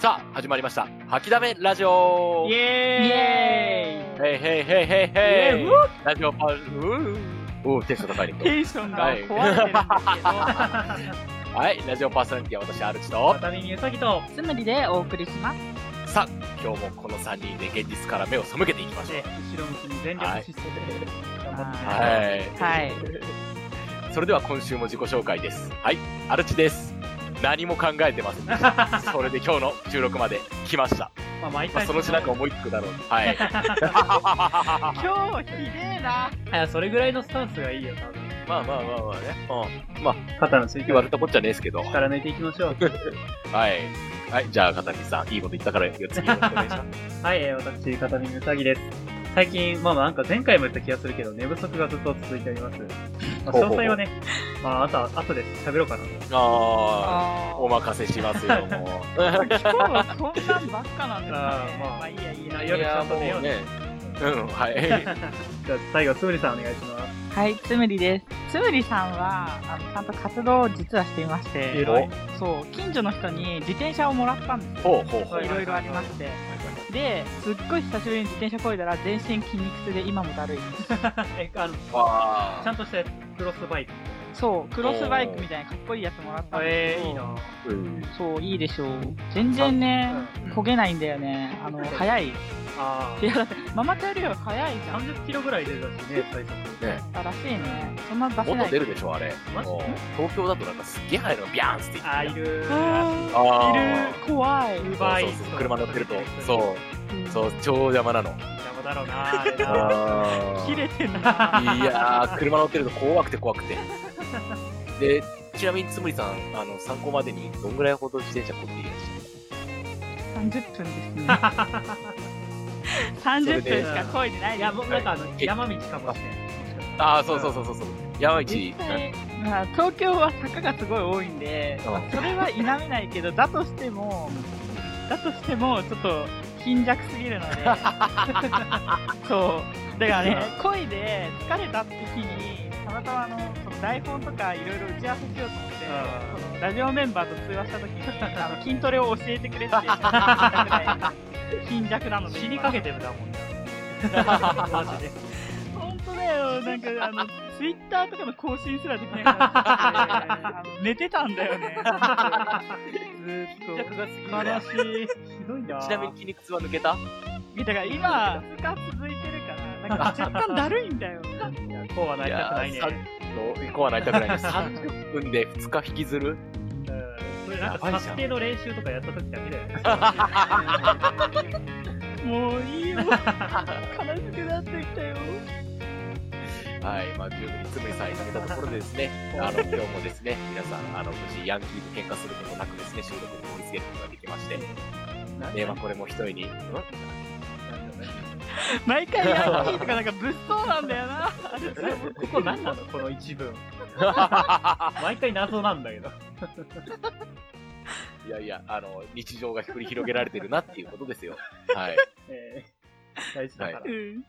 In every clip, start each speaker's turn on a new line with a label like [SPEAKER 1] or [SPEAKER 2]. [SPEAKER 1] さあ、始まりました。吐きだめラジオ
[SPEAKER 2] イ
[SPEAKER 1] イ
[SPEAKER 2] エーイ
[SPEAKER 1] ェイヘイヘイヘイ
[SPEAKER 2] え
[SPEAKER 1] ヘイ
[SPEAKER 2] うわ
[SPEAKER 1] ラジオパウル、うーおーテンション高い
[SPEAKER 2] テ
[SPEAKER 1] ね。
[SPEAKER 2] ンションが壊れてるんですけど、
[SPEAKER 1] はい、ラジオパーソナリティは私、アルチと
[SPEAKER 2] ま。たみにうさぎと、
[SPEAKER 3] つむりでお送りします。
[SPEAKER 1] さあ、今日もこの3人で現実から目を背けていきましょ
[SPEAKER 2] で
[SPEAKER 1] う。
[SPEAKER 2] 後ろ向きに全力疾走で頑張って
[SPEAKER 1] はい。
[SPEAKER 3] はい。
[SPEAKER 1] それでは今週も自己紹介です。はい、アルチです。何も考えてませんでした。 それで今日の収録まで来ました。
[SPEAKER 2] まあ毎
[SPEAKER 1] まあ、
[SPEAKER 2] 回
[SPEAKER 1] そのうちなんか思いつくだろう。 はい。
[SPEAKER 3] 今日ひでえな。
[SPEAKER 2] あそれぐらいのスタンスがいいよ多分
[SPEAKER 1] まあまあまあまあね。
[SPEAKER 2] 肩のつい
[SPEAKER 1] うん。悪ったこっちゃねえですけど。はい。
[SPEAKER 2] 力抜いていきましょう
[SPEAKER 1] はい。じゃあ、片木さん、いいこと言ったから、次よろし くお願いします。
[SPEAKER 2] はいえー私片耳うさぎです最近まあまあなんか前回も言った気がするけど寝不足がずっと続いております、まあ、
[SPEAKER 1] ほうほうほう
[SPEAKER 2] 詳細はねまあ後後で喋ろうかなと
[SPEAKER 1] あ
[SPEAKER 3] あ
[SPEAKER 1] あ、お
[SPEAKER 3] ー
[SPEAKER 1] 任せしますよ、もう。
[SPEAKER 3] 今日はこんなんばっかなんですね。
[SPEAKER 2] あーまあ
[SPEAKER 3] まあいいやいい や。
[SPEAKER 2] 夜ちゃんと寝ようね
[SPEAKER 1] いやもうね。うん、 はい。
[SPEAKER 2] じゃあ最後つむりさんお願いします
[SPEAKER 3] はい、つむりです。つむりさんは、あの、ちゃんと活動を実はしていまし
[SPEAKER 2] え
[SPEAKER 3] て、
[SPEAKER 2] らい
[SPEAKER 3] そう、近所の人に自転車をもらったんですよ。
[SPEAKER 1] ほうほうほう。
[SPEAKER 2] はい
[SPEAKER 3] ろいろありまして。で、すっごい久しぶりに自転車こいだら全身筋肉痛で今もだるいで
[SPEAKER 2] えあの
[SPEAKER 1] わ
[SPEAKER 2] ちゃんとしたやつクロスバイク
[SPEAKER 3] す。そう、クロスバイクみたいなかっこいいやつもらったんで
[SPEAKER 2] え
[SPEAKER 3] す
[SPEAKER 2] ー、
[SPEAKER 3] けど
[SPEAKER 2] いいな
[SPEAKER 1] ーうん
[SPEAKER 3] そう、いいでしょう。全然ね、焦げないんだよね。あの、早い。い
[SPEAKER 2] ああ
[SPEAKER 3] や、だって、ママチャリより早いじゃん。
[SPEAKER 2] 30キロぐらい出たしね、最速。
[SPEAKER 1] ね
[SPEAKER 3] あらしいね。そんな出せな
[SPEAKER 1] 音
[SPEAKER 3] い。
[SPEAKER 1] 出るでしょ、あれ。
[SPEAKER 2] マジ
[SPEAKER 1] もう東京だとなんかすっげえ速いのがビャーンって言って
[SPEAKER 2] あ、いるー。
[SPEAKER 3] あ
[SPEAKER 1] あ
[SPEAKER 3] ーいる。怖い。
[SPEAKER 2] ウー
[SPEAKER 1] そ
[SPEAKER 2] バ
[SPEAKER 1] う
[SPEAKER 2] ー
[SPEAKER 1] そうそ
[SPEAKER 2] イーツ
[SPEAKER 1] う車乗ってると、そうう、
[SPEAKER 3] ん
[SPEAKER 1] そう、超邪魔なの。
[SPEAKER 2] 邪魔だろうな、あれな。
[SPEAKER 1] あ
[SPEAKER 3] 切れてん
[SPEAKER 1] い
[SPEAKER 3] な。
[SPEAKER 1] やー、車乗ってると怖くて怖く て。で、ちなみにつむりさん、あの、参考までにどんぐらいほど自転車こっていらっし
[SPEAKER 3] 三十分です ね。三十分しか漕いでない
[SPEAKER 2] い
[SPEAKER 3] です。
[SPEAKER 2] や、もうなんかあの、山道かもしれん。
[SPEAKER 1] ゃああー、そうそうそうそうそう。山道、
[SPEAKER 3] 実際、まあ、東京は坂がすごい多いんで、
[SPEAKER 1] うん
[SPEAKER 3] まあそれは否めないけど、だとしても、だとしても、ちょっと貧弱すぎ るので、そう、だからね、恋で疲れたって日に、たまたまあのその台本とかいろいろ打ち合わせしようと思って、
[SPEAKER 2] うん
[SPEAKER 3] そのラジオメンバーと通話した ときにあの、筋トレを教えてくれって言った ぐらい貧弱なので、
[SPEAKER 2] 死にかけ
[SPEAKER 3] て
[SPEAKER 2] てるだも んね。マジで。
[SPEAKER 3] 本当だよ、なんかあの、ツイッターとかの更新すらできなか ったのであの寝てたんだよね。ずーっ
[SPEAKER 1] が過ぎ
[SPEAKER 2] 悲しい。ひどいな。
[SPEAKER 1] ちなみに筋肉痛は抜け た
[SPEAKER 3] と。だから今、2日続いてるから、なんか若干だるいんだよ。
[SPEAKER 2] いや、こうはなりたくないね
[SPEAKER 1] いや。そう、行こうはなりたくないね。30分で2日引きずる
[SPEAKER 2] うんそれな
[SPEAKER 1] や
[SPEAKER 2] ん
[SPEAKER 1] ば
[SPEAKER 2] か、
[SPEAKER 1] いじゃ
[SPEAKER 2] サ
[SPEAKER 1] ん
[SPEAKER 2] スケの練習とかやった時だけだよね。
[SPEAKER 3] もういいよ。悲しくなってきたよ。
[SPEAKER 1] はい、まあ、十分につむりさんいただけたところでですね、あの、今日もですね、皆さん、あの、無事ヤンキーと喧嘩することなくですね、収録に追いつけることができまして、ね、まあ、これも一重に、ん
[SPEAKER 3] 毎回ヤンキーとかなんか物騒なんだよな。あれ
[SPEAKER 2] えここ何なのこの 一文。毎回謎なんだけど。
[SPEAKER 1] いやいや、あの、日常が繰り広げられてるなっていうことですよ。はい。
[SPEAKER 2] えー大事だから
[SPEAKER 1] は。
[SPEAKER 3] うん。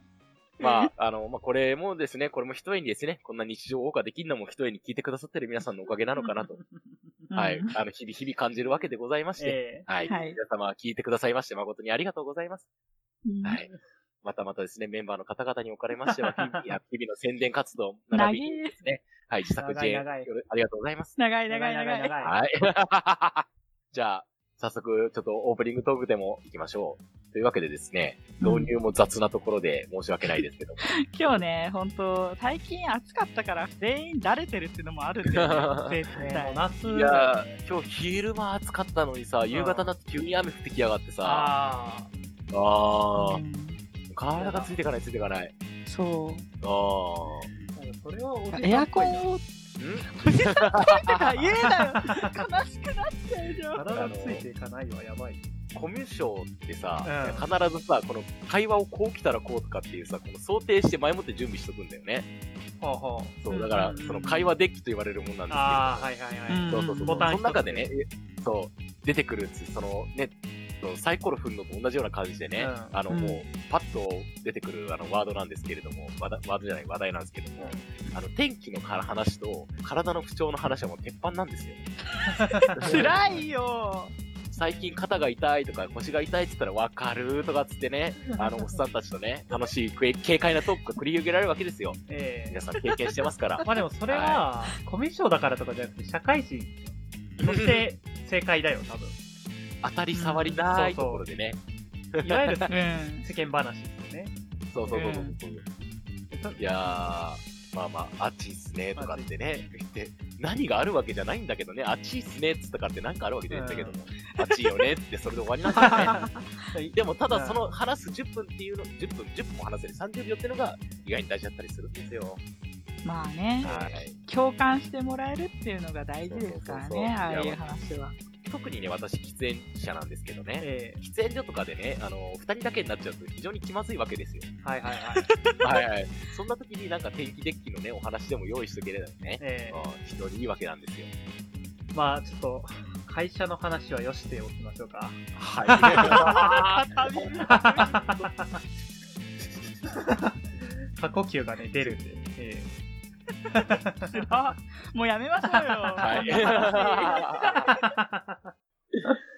[SPEAKER 1] ま あ、あの、まあ、これもですね、これも一重にですね、こんな日常を謳歌できるのも一重に聞いてくださってる皆さんのおかげなのかなと、はい、あの、日々日々感じるわけでございま して、
[SPEAKER 2] え
[SPEAKER 1] はい。
[SPEAKER 3] はい
[SPEAKER 1] 皆様、聞いてくださいまして、誠にありがとうございます。
[SPEAKER 3] うん。
[SPEAKER 1] はい。またまたですね、メンバーの方々におかれま しては、日々いや日々の宣伝活動、
[SPEAKER 3] 長
[SPEAKER 1] 並
[SPEAKER 3] い
[SPEAKER 1] びに、はい、自作自演、よ
[SPEAKER 2] 長い長い
[SPEAKER 1] ろありがとうございます。
[SPEAKER 3] 長
[SPEAKER 2] ー
[SPEAKER 3] い長い長い。
[SPEAKER 2] 長い。
[SPEAKER 1] はい。 じゃあ、早速、ちょっとオープニングトークでも行きましょう。というわけでですね、導入も雑なところで申し訳ないですけども。
[SPEAKER 3] 今日ね、本当最近暑かったから全員だれてるっていうのもあるんだ よね。絶
[SPEAKER 2] ねも
[SPEAKER 3] 対
[SPEAKER 2] う。夏
[SPEAKER 1] いやー、今日昼間暑かったのにさ、夕方になって急に雨降ってきやがってさ、あ
[SPEAKER 2] あ
[SPEAKER 1] あー、
[SPEAKER 3] うん
[SPEAKER 1] 体がついてかないついてかない。
[SPEAKER 3] そ
[SPEAKER 1] ああ。
[SPEAKER 2] ーそれはおじさ
[SPEAKER 3] う。
[SPEAKER 2] ん
[SPEAKER 3] エアコンをだから言うなよ悲しくなっちゃうじゃん
[SPEAKER 2] 体がついていかないはやばい
[SPEAKER 1] コミュ障ってさ、
[SPEAKER 2] う
[SPEAKER 1] 必ずさ、この会話をこう来たらこうとかっていうさ、この想定して前もって準備しとくんだよね。
[SPEAKER 2] ほうほう
[SPEAKER 1] そう、だから
[SPEAKER 3] う、ん
[SPEAKER 1] その会話デッキと言われるもんなんです
[SPEAKER 2] ああはいはいはい、
[SPEAKER 1] けど、そうそうそう。
[SPEAKER 2] ボタン
[SPEAKER 1] そ
[SPEAKER 2] 一つ
[SPEAKER 1] の中でね、そう、出てくるっつ、そのね、そのサイコロ振るのと同じような感じでね、
[SPEAKER 2] うん
[SPEAKER 1] あの、
[SPEAKER 3] うん
[SPEAKER 1] もう、パッと出てくる、あの、ワードなんですけれども、わだワードじゃない、話題なんですけども、あの、天気のから話 と、体の不調の話はもう鉄板なんですよ。
[SPEAKER 3] 辛いよ
[SPEAKER 1] 最近肩が痛いとか腰が痛いって言ったらわかるとかっつってね、あの、 おっさんたちとね、楽しい軽軽快なトークが繰り広げられるわけですよ。
[SPEAKER 2] ええ
[SPEAKER 1] 皆さん経験してますから。
[SPEAKER 2] まあでもそれは、コミュ障だからとかじゃなくて、社会人と して正解だよ、多分。
[SPEAKER 1] 当たり障りないところでね。
[SPEAKER 2] いわゆる
[SPEAKER 3] うん。
[SPEAKER 2] 世間話ですよね。
[SPEAKER 1] そうそうそうそう
[SPEAKER 3] うん
[SPEAKER 1] そう。
[SPEAKER 2] そ
[SPEAKER 1] いやー、まあまあ、あっちいっすねとかってね、言って、何があるわけじゃないんだけどね、あっちいっすねっつったからって何かあるわけじゃないんだけ ども、あっちいよねってそれで終わりなんだよね。 でもただその話す10分っていうの、10分、10分も話せる30秒っていうのが意外に大事だったりするんですよ。
[SPEAKER 3] まあね、
[SPEAKER 1] はい。
[SPEAKER 3] 共感してもらえるっていうのが大事ですから
[SPEAKER 1] そうそうそう
[SPEAKER 3] ね、ああいう話は。
[SPEAKER 1] 特にね、私、喫煙者なんですけどね。
[SPEAKER 2] ええ
[SPEAKER 1] 喫煙所とかでね、あの、二人だけになっちゃうと非常に気まずいわけですよ。
[SPEAKER 2] はいはいはい。
[SPEAKER 1] はいはい。そんな時になんか天気デッキのね、お話でも用意しとければね、
[SPEAKER 2] ええ
[SPEAKER 1] うん非常にいいわけなんですよ。
[SPEAKER 2] まあちょっと、会社の話はよしておきましょうか。
[SPEAKER 1] は
[SPEAKER 2] 過呼吸がね、出るんで。え
[SPEAKER 3] あもうやめましょうよ。
[SPEAKER 1] い。 は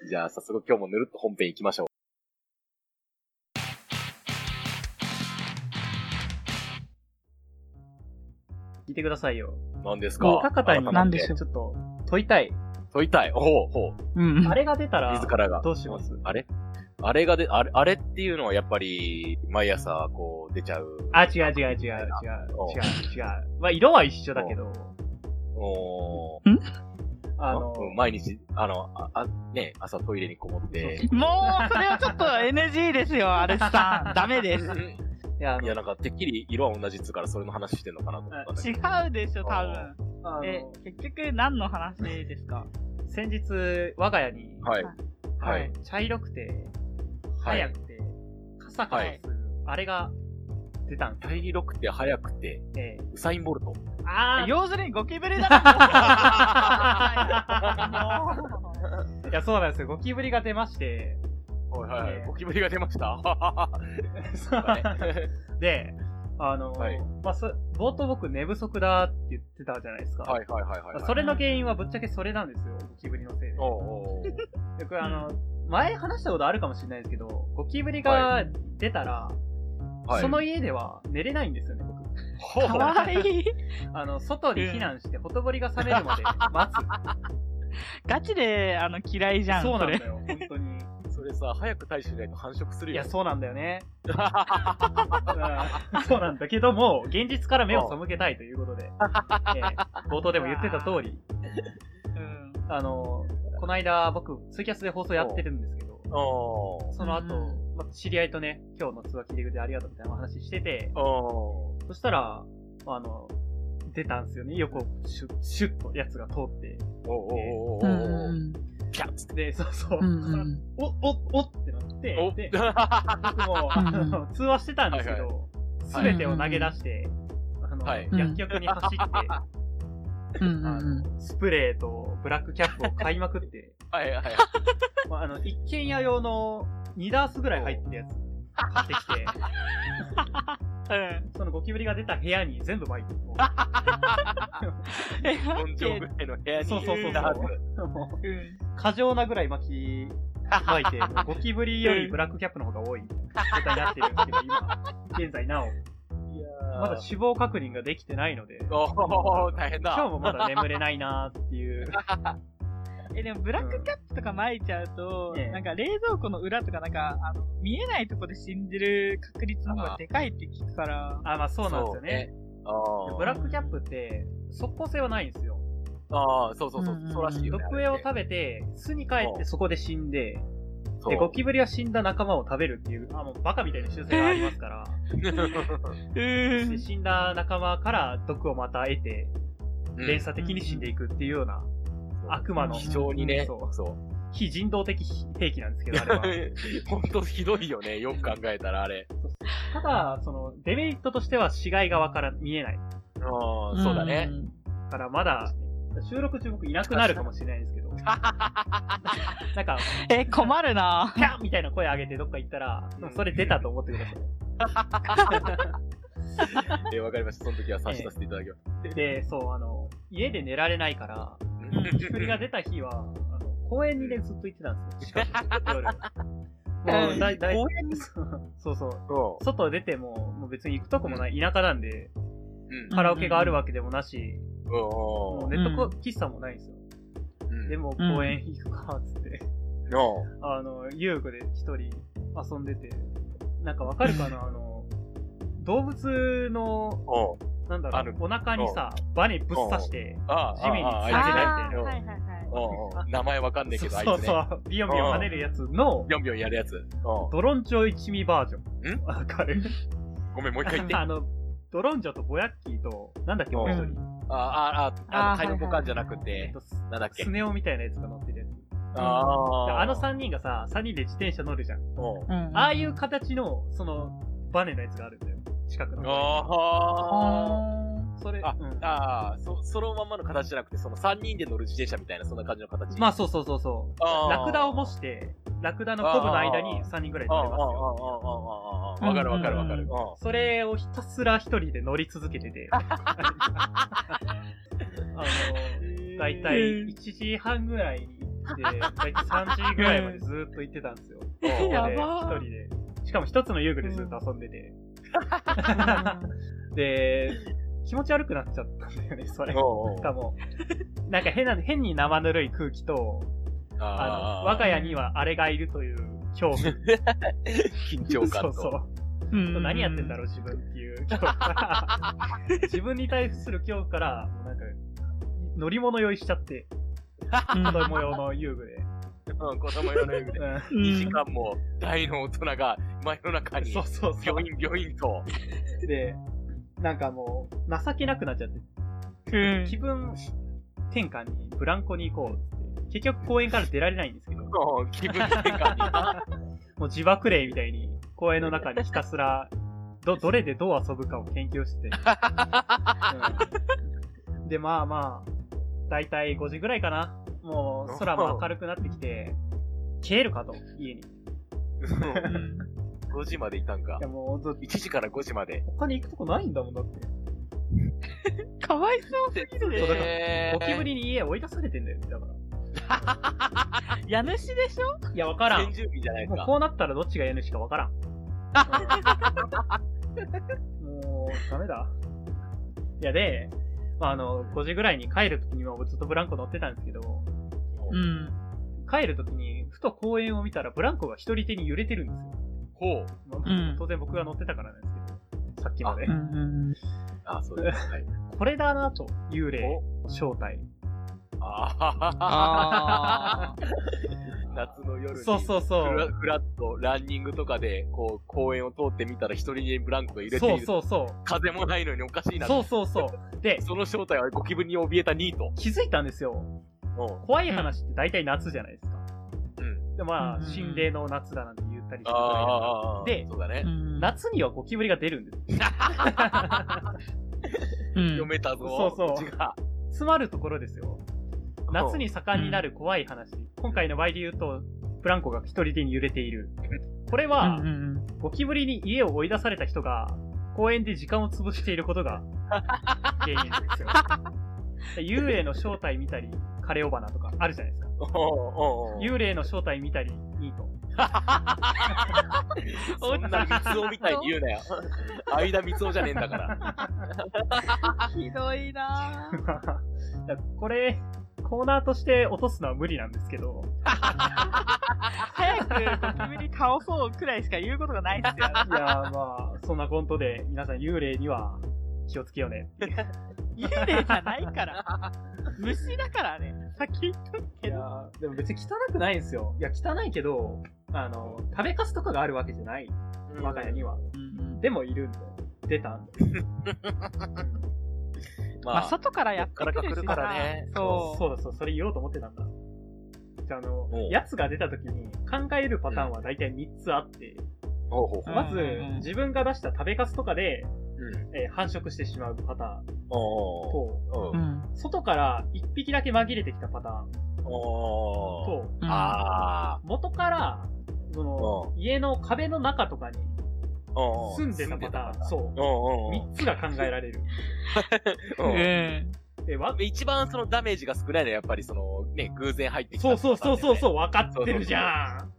[SPEAKER 1] い。じゃあ、早速今日もぬるっと本編行きましょう。
[SPEAKER 2] え聞いてくださいよ。
[SPEAKER 1] 何ですか
[SPEAKER 3] お
[SPEAKER 2] 高田に、
[SPEAKER 1] 改
[SPEAKER 3] 何
[SPEAKER 1] め
[SPEAKER 3] で
[SPEAKER 1] て
[SPEAKER 3] しょう
[SPEAKER 2] ちょっと、問いたい。
[SPEAKER 1] 問いたい。ほうほう。
[SPEAKER 3] うん
[SPEAKER 2] あ。れが出たら、
[SPEAKER 1] 自らが。
[SPEAKER 2] どうします
[SPEAKER 1] あれあれがで、あれ、あれっていうのはやっぱり、毎朝、こう、出ちゃう。
[SPEAKER 2] あ、違う違う違う違う違う違う違う。まあ、色は一緒だけど、
[SPEAKER 1] おー
[SPEAKER 2] あの、
[SPEAKER 1] うん毎日、あの、あ、あね、朝トイレにこもって、
[SPEAKER 3] もう、それはちょっと NG ですよ、アレスさ ん。ダメです。違
[SPEAKER 2] いや、あ
[SPEAKER 1] い
[SPEAKER 2] の
[SPEAKER 1] や、なんか、てっきり色は同じっつうから、それの話してんのかなと思ったんだけど。
[SPEAKER 3] うでしょ、多
[SPEAKER 1] あ
[SPEAKER 3] 分。
[SPEAKER 2] あの
[SPEAKER 3] え、結局何の話ですか
[SPEAKER 2] 先日、我が家に、
[SPEAKER 1] はい。は
[SPEAKER 2] はいい。茶色くて、
[SPEAKER 1] はい
[SPEAKER 2] 早くて、カサカサする、あれが出たんです
[SPEAKER 1] 茶色くて早くて、
[SPEAKER 2] え
[SPEAKER 1] ウサインボルト。
[SPEAKER 2] えあ
[SPEAKER 3] 要するにゴキブリだ な
[SPEAKER 2] いや、そうなんですよ。ゴキブリが出まして、
[SPEAKER 1] はい
[SPEAKER 2] はい
[SPEAKER 1] ゴキブリが出ま した。そうだね
[SPEAKER 2] で、あの、
[SPEAKER 1] はい
[SPEAKER 2] まあ、そ冒頭僕寝不足だって言ってたじゃないですか。
[SPEAKER 1] はいはいはいはいはい。
[SPEAKER 2] それの原因はぶっちゃけそれなんですよ。ゴキブリのせいで。
[SPEAKER 1] おうおう
[SPEAKER 2] でこれあの、前話したことあるかもしれないですけど、ゴキブリが出たら、
[SPEAKER 1] おうはい
[SPEAKER 2] その家では寝れないんですよね、僕。
[SPEAKER 1] ほう
[SPEAKER 3] かわいい。
[SPEAKER 2] あの、外に避難して、ほとぼりが冷めるまで待 つ。
[SPEAKER 3] ガチで、あの、嫌いじゃん。
[SPEAKER 2] そうなんだ
[SPEAKER 3] れ。
[SPEAKER 2] よ、本当に。
[SPEAKER 1] それさ、早く対処しないと繁殖する
[SPEAKER 2] い
[SPEAKER 1] よ
[SPEAKER 2] や、。そうなんだよね。うんそうなんだけども、現実から目を背けたいという ことで、ええ冒頭でも言ってた通り、
[SPEAKER 3] うん
[SPEAKER 2] あの、この間僕、ツイキャスで放送やってるんですけど、
[SPEAKER 1] おう
[SPEAKER 2] その後、
[SPEAKER 3] うん
[SPEAKER 2] まあ知り合いとね、今日のツアー切り口でありがとうみたいなお話してて、
[SPEAKER 1] お
[SPEAKER 2] そしたら、あの、出たんですよね。横、シュッ、シュッとやつが通って。
[SPEAKER 1] おおお
[SPEAKER 3] う
[SPEAKER 1] お
[SPEAKER 3] ん。
[SPEAKER 1] キャッツって。
[SPEAKER 2] で、そうそう。
[SPEAKER 3] うん。
[SPEAKER 2] お、お、おってなって、
[SPEAKER 1] お
[SPEAKER 2] で、僕 も、あの通話してたんですけど、す
[SPEAKER 1] はい
[SPEAKER 2] べてを投げ出して、あの、
[SPEAKER 1] はい
[SPEAKER 2] 薬局に走って、
[SPEAKER 3] う
[SPEAKER 2] あ
[SPEAKER 3] ん。
[SPEAKER 2] の、スプレーとブラックキャップを買いまくって、
[SPEAKER 1] はいはい。
[SPEAKER 2] まあ、あの、一軒家用の2ダースぐらい入ってるやつ買ってきて、そのゴキブリが出た部屋に全部巻 いて、も
[SPEAKER 3] え、待
[SPEAKER 1] 根
[SPEAKER 3] っ
[SPEAKER 1] 性ぐ
[SPEAKER 3] て
[SPEAKER 1] らいの部屋に。
[SPEAKER 2] そうそうそうそう
[SPEAKER 1] ダーツ
[SPEAKER 2] うも
[SPEAKER 3] う
[SPEAKER 2] う
[SPEAKER 3] ん
[SPEAKER 2] 過剰なぐらい巻き、巻い て、もうゴキブリよりブラックキャップの方が多い状態になってるんですけど、今、現在なお、
[SPEAKER 1] いやー
[SPEAKER 2] まだ死亡確認ができてないので、
[SPEAKER 1] おお大変だ。
[SPEAKER 2] 今日もまだ眠れないなーっていう。
[SPEAKER 3] え、でも、ブラックキャップとか巻いちゃうと、
[SPEAKER 2] ええ
[SPEAKER 3] なんか冷蔵庫の裏とか、なんか、あの、見えないとこで死んでる確率の方がでかいって聞くから。
[SPEAKER 2] あ、まあそうなんですよね。
[SPEAKER 1] そうね。
[SPEAKER 2] ブラックキャップって、即効性はないんですよ。
[SPEAKER 1] あーあー、そうそうそう
[SPEAKER 3] うんう、ん
[SPEAKER 1] そうらしいよね。
[SPEAKER 2] 毒餌を食べて、巣に帰ってそこで死んで、
[SPEAKER 1] そう
[SPEAKER 2] で、ゴキブリは死んだ仲間を食べるっていう、あ、もうバカみたいな習性がありますから、
[SPEAKER 3] う
[SPEAKER 2] で
[SPEAKER 3] ん。
[SPEAKER 2] 死んだ仲間から毒をまた得て、連鎖的に死んでいくっていうような、悪魔の
[SPEAKER 1] 非常にね、
[SPEAKER 2] そう
[SPEAKER 1] そう。
[SPEAKER 2] 非人道的兵器なんですけど、あれは。
[SPEAKER 1] 本当ひどいよね、よく考えたらあれ。
[SPEAKER 2] ただ、その、デメリットとしては死骸がわから、見えない。
[SPEAKER 1] ああ、そうだね。。
[SPEAKER 2] からまだ、収録中僕いなくなるかもしれないんですけど。なんか、
[SPEAKER 3] え、困るな
[SPEAKER 2] キャンみたいな声上げてどっか行ったら、
[SPEAKER 1] うん
[SPEAKER 2] それ出たと思ってくださ
[SPEAKER 1] えー、わかりました。その時は察しさせていただきま
[SPEAKER 2] い。で、そう、あの、家で寝られないから、
[SPEAKER 1] す。
[SPEAKER 2] キブリが出た日は、あの、公園にね、ずっと行ってたんですよ。近くの夜。もう、だい、だい、
[SPEAKER 3] 公園に
[SPEAKER 2] そうそう。
[SPEAKER 1] そ
[SPEAKER 2] 外出ても、もう別に行くとこもない、田舎なんで、
[SPEAKER 1] う。うん。
[SPEAKER 2] カラオケがあるわけでもなし、
[SPEAKER 1] うん
[SPEAKER 2] も
[SPEAKER 1] おー
[SPEAKER 2] うネットこ喫茶もないんですよ。
[SPEAKER 1] うん
[SPEAKER 2] でも、
[SPEAKER 3] うん
[SPEAKER 2] 公園行くか、つって。
[SPEAKER 1] おー
[SPEAKER 2] あの、遊具で一人遊んでて、なんかわかる かなあの、動物の、
[SPEAKER 1] おー
[SPEAKER 2] なんだ
[SPEAKER 1] あ
[SPEAKER 2] ろ
[SPEAKER 1] る
[SPEAKER 2] う、お腹にさ、バネぶっ刺して、
[SPEAKER 1] あ
[SPEAKER 2] 地面に
[SPEAKER 1] あ
[SPEAKER 2] あ
[SPEAKER 1] あ
[SPEAKER 2] いつ
[SPEAKER 1] あいつね
[SPEAKER 2] ないんだよ
[SPEAKER 3] ーはいはい
[SPEAKER 1] お
[SPEAKER 3] はい。
[SPEAKER 1] ーおー名前わかんねえ
[SPEAKER 2] そ
[SPEAKER 1] け
[SPEAKER 2] う
[SPEAKER 1] ど、あい
[SPEAKER 2] そう
[SPEAKER 1] つ
[SPEAKER 2] そ
[SPEAKER 1] ね。
[SPEAKER 2] う、ビヨンビヨン跳ねるやつの、
[SPEAKER 1] 4秒やるやつ。おー
[SPEAKER 2] ドロンチョ一味バージョン。
[SPEAKER 1] ん
[SPEAKER 2] わかる
[SPEAKER 1] ごめん、もう一回言って。あ
[SPEAKER 2] あの、ドロンジョとボヤッキーと、なんだっけ、もう一人。
[SPEAKER 1] あ、ああ、あ
[SPEAKER 3] あー
[SPEAKER 1] の、カイロコカンじゃなく、
[SPEAKER 2] えってと、ス
[SPEAKER 1] なんだっけ
[SPEAKER 2] ス。ネ夫みたいなやつが乗ってるやつ。で
[SPEAKER 1] あ
[SPEAKER 2] あの3人がさ、3人で自転車乗るじゃん。
[SPEAKER 1] おー
[SPEAKER 3] うん
[SPEAKER 2] ああいう形の、その、バネのやつがあるんだよ。近くの。
[SPEAKER 1] あ
[SPEAKER 2] それ、
[SPEAKER 1] あ
[SPEAKER 2] うん
[SPEAKER 1] ーあー、そ、そのまんまの形じゃなくて、その3人で乗る自転車みたいな、そんな感じの形。
[SPEAKER 2] まあそうそうそうそう。
[SPEAKER 1] あー
[SPEAKER 2] ラクダを模して、ラクダのコブの間に3人ぐらい乗れますよ。
[SPEAKER 1] わかるわかるわかる。
[SPEAKER 2] それをひたすら一人で乗り続け てて。あの、だいたい1時半 ぐらいに行って、だいたい3時ぐらいまでずーっと行ってたんですよ。
[SPEAKER 1] うん
[SPEAKER 3] やば
[SPEAKER 2] で
[SPEAKER 3] ー
[SPEAKER 2] 一人で。しかも一つの遊具でずっと遊ん でて。で、気持ち悪くなっちゃったんだよね、それ。しかも、なんか変な、変に生ぬるい空気と、あの、我が家にはあれがいるという恐
[SPEAKER 1] 緊張
[SPEAKER 2] 怖。
[SPEAKER 1] 感
[SPEAKER 2] そ
[SPEAKER 1] と。
[SPEAKER 2] うそう。
[SPEAKER 3] うん
[SPEAKER 2] 何やってんだろう、自分っていう恐怖から。自分に対する恐怖から、なんか、乗り物用意しちゃって、
[SPEAKER 3] うん
[SPEAKER 2] 子供用の遊具で。
[SPEAKER 1] 子供用の夢で。
[SPEAKER 2] うん
[SPEAKER 3] うん
[SPEAKER 1] 2時間も大の大人が真夜中に
[SPEAKER 2] そうそうそ
[SPEAKER 1] 病院病院と。
[SPEAKER 2] う。で、なんかもう、情けなくなっちゃって、
[SPEAKER 3] うん
[SPEAKER 2] 気分転換にブランコに行こうって。結局公園から出られないんですけど、も
[SPEAKER 1] 気分転換に。
[SPEAKER 2] う自爆霊みたいに公園の中にひたすら、ど、どれでどう遊ぶかを研究してて。うんで、まあまあ、だいたい5時ぐらいかな。もう空も明るくなってきて、消えるかと、家に。い
[SPEAKER 3] うん
[SPEAKER 1] 5時までいたんか
[SPEAKER 2] や。もうずっと、
[SPEAKER 1] 1時から5時まで。
[SPEAKER 2] 他に行くとこないんだもんだって。
[SPEAKER 3] かわいそうすぎる
[SPEAKER 2] そうだ
[SPEAKER 3] ね。
[SPEAKER 2] ゴキブリに家追い出されてんだよね、だから。
[SPEAKER 3] 家主でしょ
[SPEAKER 2] いや、わからん。
[SPEAKER 1] 準備じゃない
[SPEAKER 2] もう
[SPEAKER 1] か。
[SPEAKER 2] こうなったらどっちが家主かわ からん。もう、ダメだ。いや、で、まあ、あの、5時ぐらいに帰るときにはずっとブランコ乗ってたんですけど、
[SPEAKER 3] うん。
[SPEAKER 2] 帰るときに、ふと公園を見たらブランコが一人手に揺れてるんですよ。
[SPEAKER 1] ほう。
[SPEAKER 2] まあ
[SPEAKER 3] うん
[SPEAKER 2] 当然僕が乗ってたからなんですけど、さっきまで
[SPEAKER 3] う。ん。
[SPEAKER 1] あ、そうです。はい。
[SPEAKER 2] これだなと、幽霊
[SPEAKER 1] お
[SPEAKER 2] の正体。
[SPEAKER 1] ああ。
[SPEAKER 3] あー
[SPEAKER 1] 夏の夜に。
[SPEAKER 2] そうそうそ
[SPEAKER 1] ふら
[SPEAKER 2] う。
[SPEAKER 1] ふらっとランニングとかで、こう、公園を通ってみたら一人でブランコが揺れて
[SPEAKER 2] そ
[SPEAKER 1] いうる。
[SPEAKER 2] そうそう。
[SPEAKER 1] 風もないのにおかしいな。
[SPEAKER 2] そうそうそう。で、
[SPEAKER 1] その正体はゴキブリに怯えたニート。
[SPEAKER 2] 気づいたんですよ。怖い話って大体夏じゃないですか。
[SPEAKER 1] うん。
[SPEAKER 2] で、まあ、
[SPEAKER 3] うん
[SPEAKER 2] 心霊の夏だなんて言ったりするぐらいだから
[SPEAKER 1] ああ。
[SPEAKER 2] で
[SPEAKER 1] そうだね
[SPEAKER 3] う。ん。
[SPEAKER 2] 夏にはゴキブリが出るんです。
[SPEAKER 3] うん
[SPEAKER 1] 読めたぞ。
[SPEAKER 2] そうそう
[SPEAKER 1] ちが。
[SPEAKER 2] 詰まるところですよ。夏に盛んになる怖い話。今回の場合で言うと、ブランコが一人手に揺れている。これは、
[SPEAKER 3] うんうん
[SPEAKER 2] ゴキブリに家を追い出された人が、公園で時間を潰しているこ とが、原因ですよ。幽霊の正体見たり、カレオバナとかあるじゃないですか。
[SPEAKER 1] おうおうおう
[SPEAKER 2] 幽霊の正体見たり、ニート。
[SPEAKER 1] そんな三つおみたいに言う なよ。間三つおじゃねえんだから。
[SPEAKER 3] ひどいな ぁ。
[SPEAKER 2] だからこれ、コーナーとして落とすのは無理なんですけど、
[SPEAKER 3] 早くゴキブリ倒そうくらいしか言うことがないですよ。
[SPEAKER 2] いやーまあ、そんなコントで、皆さん幽霊には気をつけようねっていう。
[SPEAKER 3] 幽霊じゃないから。虫だからね。先言っとく
[SPEAKER 2] い
[SPEAKER 3] け
[SPEAKER 2] や
[SPEAKER 3] ど。
[SPEAKER 2] ーでも別に汚くないんですよ。いや、汚いけど、あの、食べかすとかがあるわけじゃない。我が家には。でもいるんだよ。出た んだよ。
[SPEAKER 1] ま
[SPEAKER 3] まあ、
[SPEAKER 1] あ、
[SPEAKER 3] 外からやってくるし
[SPEAKER 1] こっから来
[SPEAKER 3] さ
[SPEAKER 1] るからね
[SPEAKER 3] そう。
[SPEAKER 2] そうだそう、それ言おうと思ってたんだ。じゃあ、あの
[SPEAKER 1] おう、
[SPEAKER 2] やつが出た時に考えるパターンは大体3つあって、
[SPEAKER 1] ほうほうほう
[SPEAKER 2] まず
[SPEAKER 3] うん、
[SPEAKER 2] 自分が出した食べかすとかで、
[SPEAKER 1] うん。
[SPEAKER 2] えー繁殖してしまうパターン
[SPEAKER 1] おう
[SPEAKER 2] と、
[SPEAKER 1] おう
[SPEAKER 3] う
[SPEAKER 1] うん
[SPEAKER 3] ん。
[SPEAKER 2] 外から1匹だけ紛れてきたパターン
[SPEAKER 1] おう
[SPEAKER 2] と、
[SPEAKER 1] ああ。
[SPEAKER 2] 元から、その、家の壁の中とかに
[SPEAKER 1] おうおう
[SPEAKER 2] 住んでたパターン、そう。
[SPEAKER 1] おうおう
[SPEAKER 2] 3つが考 えられる。
[SPEAKER 1] おう
[SPEAKER 3] え
[SPEAKER 2] で、わ、
[SPEAKER 1] 一番そのダメージが少ないのはやっぱりそのね、偶然入ってきた
[SPEAKER 2] そうそうそうそう
[SPEAKER 1] う。
[SPEAKER 2] そう、分かってるじゃん。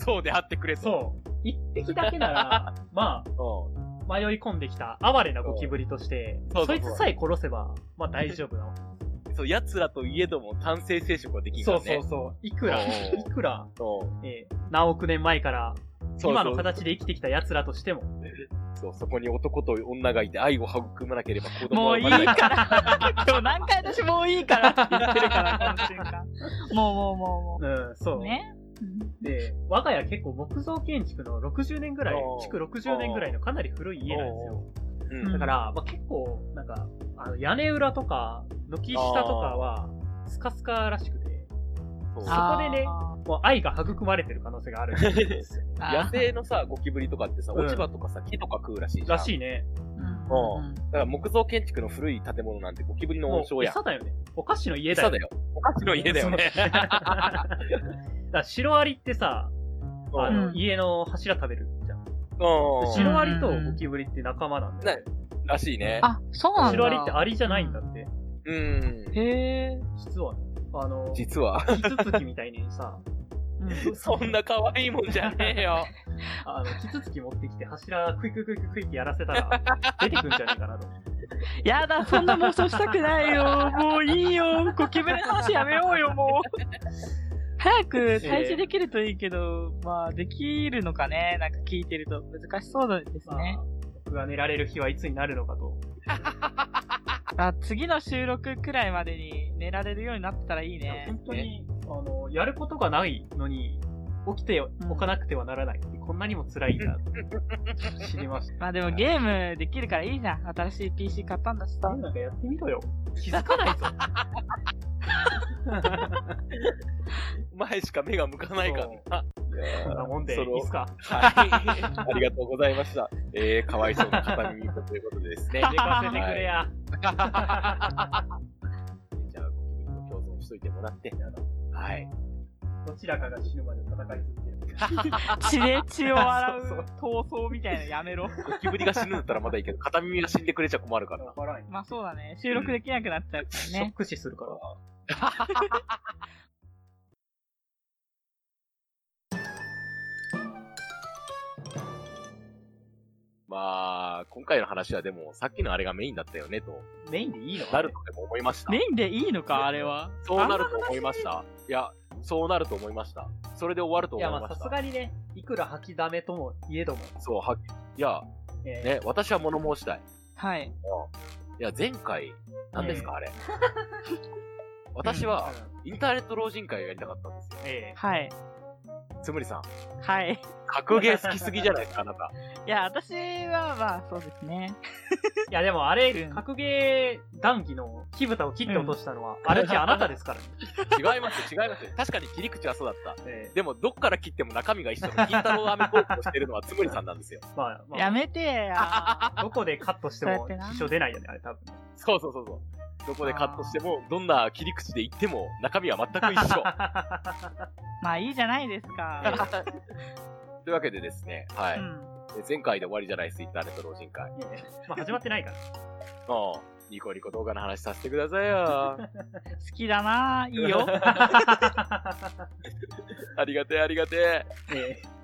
[SPEAKER 1] そうであってくれと。
[SPEAKER 2] そう。一匹だけな ら、ま
[SPEAKER 1] うん
[SPEAKER 2] あ、迷い込んできた哀れなゴキブリとして、
[SPEAKER 1] そう
[SPEAKER 2] そ
[SPEAKER 1] そう
[SPEAKER 2] い
[SPEAKER 1] そう
[SPEAKER 2] つさえ殺せば、まあ大丈夫なの。
[SPEAKER 1] そう、奴らといえども単性生殖はできんか
[SPEAKER 2] そ
[SPEAKER 1] らね
[SPEAKER 2] うそう。そう。いくら、
[SPEAKER 1] おう
[SPEAKER 2] いくら、
[SPEAKER 1] そう
[SPEAKER 2] えー何億年前から、
[SPEAKER 1] そう。
[SPEAKER 2] 今の形で生きてきた奴らとしても。
[SPEAKER 1] そう、そこに男と女がいて愛を育まなければ子供
[SPEAKER 3] も
[SPEAKER 1] は
[SPEAKER 3] うい
[SPEAKER 1] 生
[SPEAKER 3] い
[SPEAKER 1] まれない。
[SPEAKER 3] から。今日何回私もういいからって言ってるから、この瞬間。もうもうも
[SPEAKER 2] うん、
[SPEAKER 3] う
[SPEAKER 2] そ
[SPEAKER 3] も
[SPEAKER 2] う。
[SPEAKER 3] う。ね。うん
[SPEAKER 2] で、我が家結構木造建築の60年ぐらい
[SPEAKER 1] おう、
[SPEAKER 2] 築60年ぐらいのかなり古い家なんですよ。
[SPEAKER 1] う
[SPEAKER 3] うん
[SPEAKER 2] だから、まあ、結構、なんか、あの屋根裏とか、軒下とかは、スカスカらしくて、
[SPEAKER 1] そう
[SPEAKER 2] あこでねもう愛が育まれてる可能性があるんですよ
[SPEAKER 3] あー
[SPEAKER 1] 野生のさ、ゴキブリとかってさ、
[SPEAKER 2] うん
[SPEAKER 1] 落ち葉とかさ、木とか食うらしいじゃん。
[SPEAKER 2] らしいね。
[SPEAKER 1] うん
[SPEAKER 3] うん
[SPEAKER 1] だから木造建築の古い建物なんてゴキブリの温
[SPEAKER 2] もう
[SPEAKER 1] 床やん。
[SPEAKER 2] 餌だよね。お菓子の家
[SPEAKER 1] 餌
[SPEAKER 2] だよ
[SPEAKER 1] だ。よ。お菓子の家だよね。
[SPEAKER 2] だからシロアリってさ、あの
[SPEAKER 3] うん
[SPEAKER 2] 家の柱食べるじゃん。シ
[SPEAKER 1] う
[SPEAKER 2] ロアリとゴキブリって仲間なんだよね。
[SPEAKER 1] ん。らしいね。
[SPEAKER 3] あ、そうなんだ。
[SPEAKER 2] シロアリってアリじゃないんだって。
[SPEAKER 1] うん。
[SPEAKER 3] へ
[SPEAKER 2] 実はね。あの、キ
[SPEAKER 1] 実は。
[SPEAKER 2] ツツキみたいにさ、
[SPEAKER 3] ぇ
[SPEAKER 1] そんな可愛いもんじゃねえ よ。
[SPEAKER 2] あの、キツツキ持ってきて柱クイクイクイクイクイってやらせ たら出てくんじゃねえかなと。
[SPEAKER 3] やだ、そんな妄想したくな いよ。もういいよ。ゴキブリの話やめようよ、もう。 早く退治できるといいけど、まあ、できるのかね。なんか聞いてると難しそうです
[SPEAKER 2] まあ
[SPEAKER 3] ね。
[SPEAKER 2] 僕が寝られる日はいつになるのかと。
[SPEAKER 3] あ、次の収録くらいまでに寝られるようになったらいいね。
[SPEAKER 2] 本当に、あの、やることがないのに、起きておかなくてはならない。こんなにも辛いんだ。知りました。
[SPEAKER 3] まあでもゲームできるからいいじゃん。新しい PC 買ったんだしさ。
[SPEAKER 2] なんかやってみろよ。気づかないぞ。
[SPEAKER 1] 前しか目が向かないからな。
[SPEAKER 2] そんなもんで、い
[SPEAKER 1] その
[SPEAKER 2] いっすか。
[SPEAKER 1] はい。ありがとうございました。えー、かわいそうな片耳ということでですね。
[SPEAKER 2] 寝かせてくれや。
[SPEAKER 1] じゃあ、ゴキブリと共存しといてもらって、あの、はい。
[SPEAKER 2] どちらかが死ぬまで戦い続ける。
[SPEAKER 3] 血で血を洗う
[SPEAKER 2] そうそう
[SPEAKER 3] 闘争みたいなのや めろ。
[SPEAKER 1] ゴキブリが死ぬんだったらまだいいけど、片耳が死んでくれちゃ困るから。
[SPEAKER 2] わからんよ。
[SPEAKER 3] まあそうだね。収録できなくなっちゃうからね。
[SPEAKER 2] 即死するから。
[SPEAKER 1] まあ、今回の話はでも、さっきのあれがメインだったよね、と
[SPEAKER 2] メインでいいの
[SPEAKER 1] なるとでも思いました。
[SPEAKER 3] メインでいいのか、あれは。
[SPEAKER 1] そうなると思いました。いや、そうなると思いました。それで終わると
[SPEAKER 2] い
[SPEAKER 1] 思
[SPEAKER 2] や、
[SPEAKER 1] い
[SPEAKER 2] まあ
[SPEAKER 1] ま
[SPEAKER 2] さ
[SPEAKER 1] し
[SPEAKER 2] す
[SPEAKER 1] た。
[SPEAKER 2] がにね、いくら吐きだめともいえども、
[SPEAKER 1] そう、はっいや、
[SPEAKER 2] えー
[SPEAKER 1] ね、私は物申したい。
[SPEAKER 3] はい。
[SPEAKER 1] いや、前回、何ですか、あれ。私は、インターネット老人会をやりたかったんですよ。
[SPEAKER 2] え
[SPEAKER 3] はい。
[SPEAKER 1] つむりさん、
[SPEAKER 3] はい。
[SPEAKER 1] 格ゲー好きすぎじゃないですか、あなた。
[SPEAKER 3] いや、私はまあそうですね。
[SPEAKER 2] えいや、でもあれ
[SPEAKER 3] う、ん
[SPEAKER 2] 格ゲー談義の火蓋を切って落としたのは、あれじゃあなたですからね。
[SPEAKER 1] 違います、違います。確かに切り口はそうだった。
[SPEAKER 2] ええ
[SPEAKER 1] でも、どっから切っても中身が一緒の金太郎飴トークをしてるのはつむりさんなんですよ。
[SPEAKER 2] まあ、まあ
[SPEAKER 3] やめて や。
[SPEAKER 2] どこでカットして
[SPEAKER 3] そ
[SPEAKER 2] も
[SPEAKER 3] うやってな
[SPEAKER 2] 支障出ないよね、あれ多分。
[SPEAKER 1] そうそうそうそう。どこでカットしても、どんな切り口で言っても、中身は全く 一緒。
[SPEAKER 3] まあいいじゃないですか。
[SPEAKER 1] というわけでですね、は
[SPEAKER 3] う
[SPEAKER 1] い。
[SPEAKER 3] ん。
[SPEAKER 1] で前回で終わりじゃないです、インターネット老人会。
[SPEAKER 2] ええまあ始まってないから。
[SPEAKER 1] うん。ニコニコ動画の話させてくださいよ。
[SPEAKER 3] 好きだな。いいよ。
[SPEAKER 1] ありがてえ、ありがてえ。
[SPEAKER 2] ええ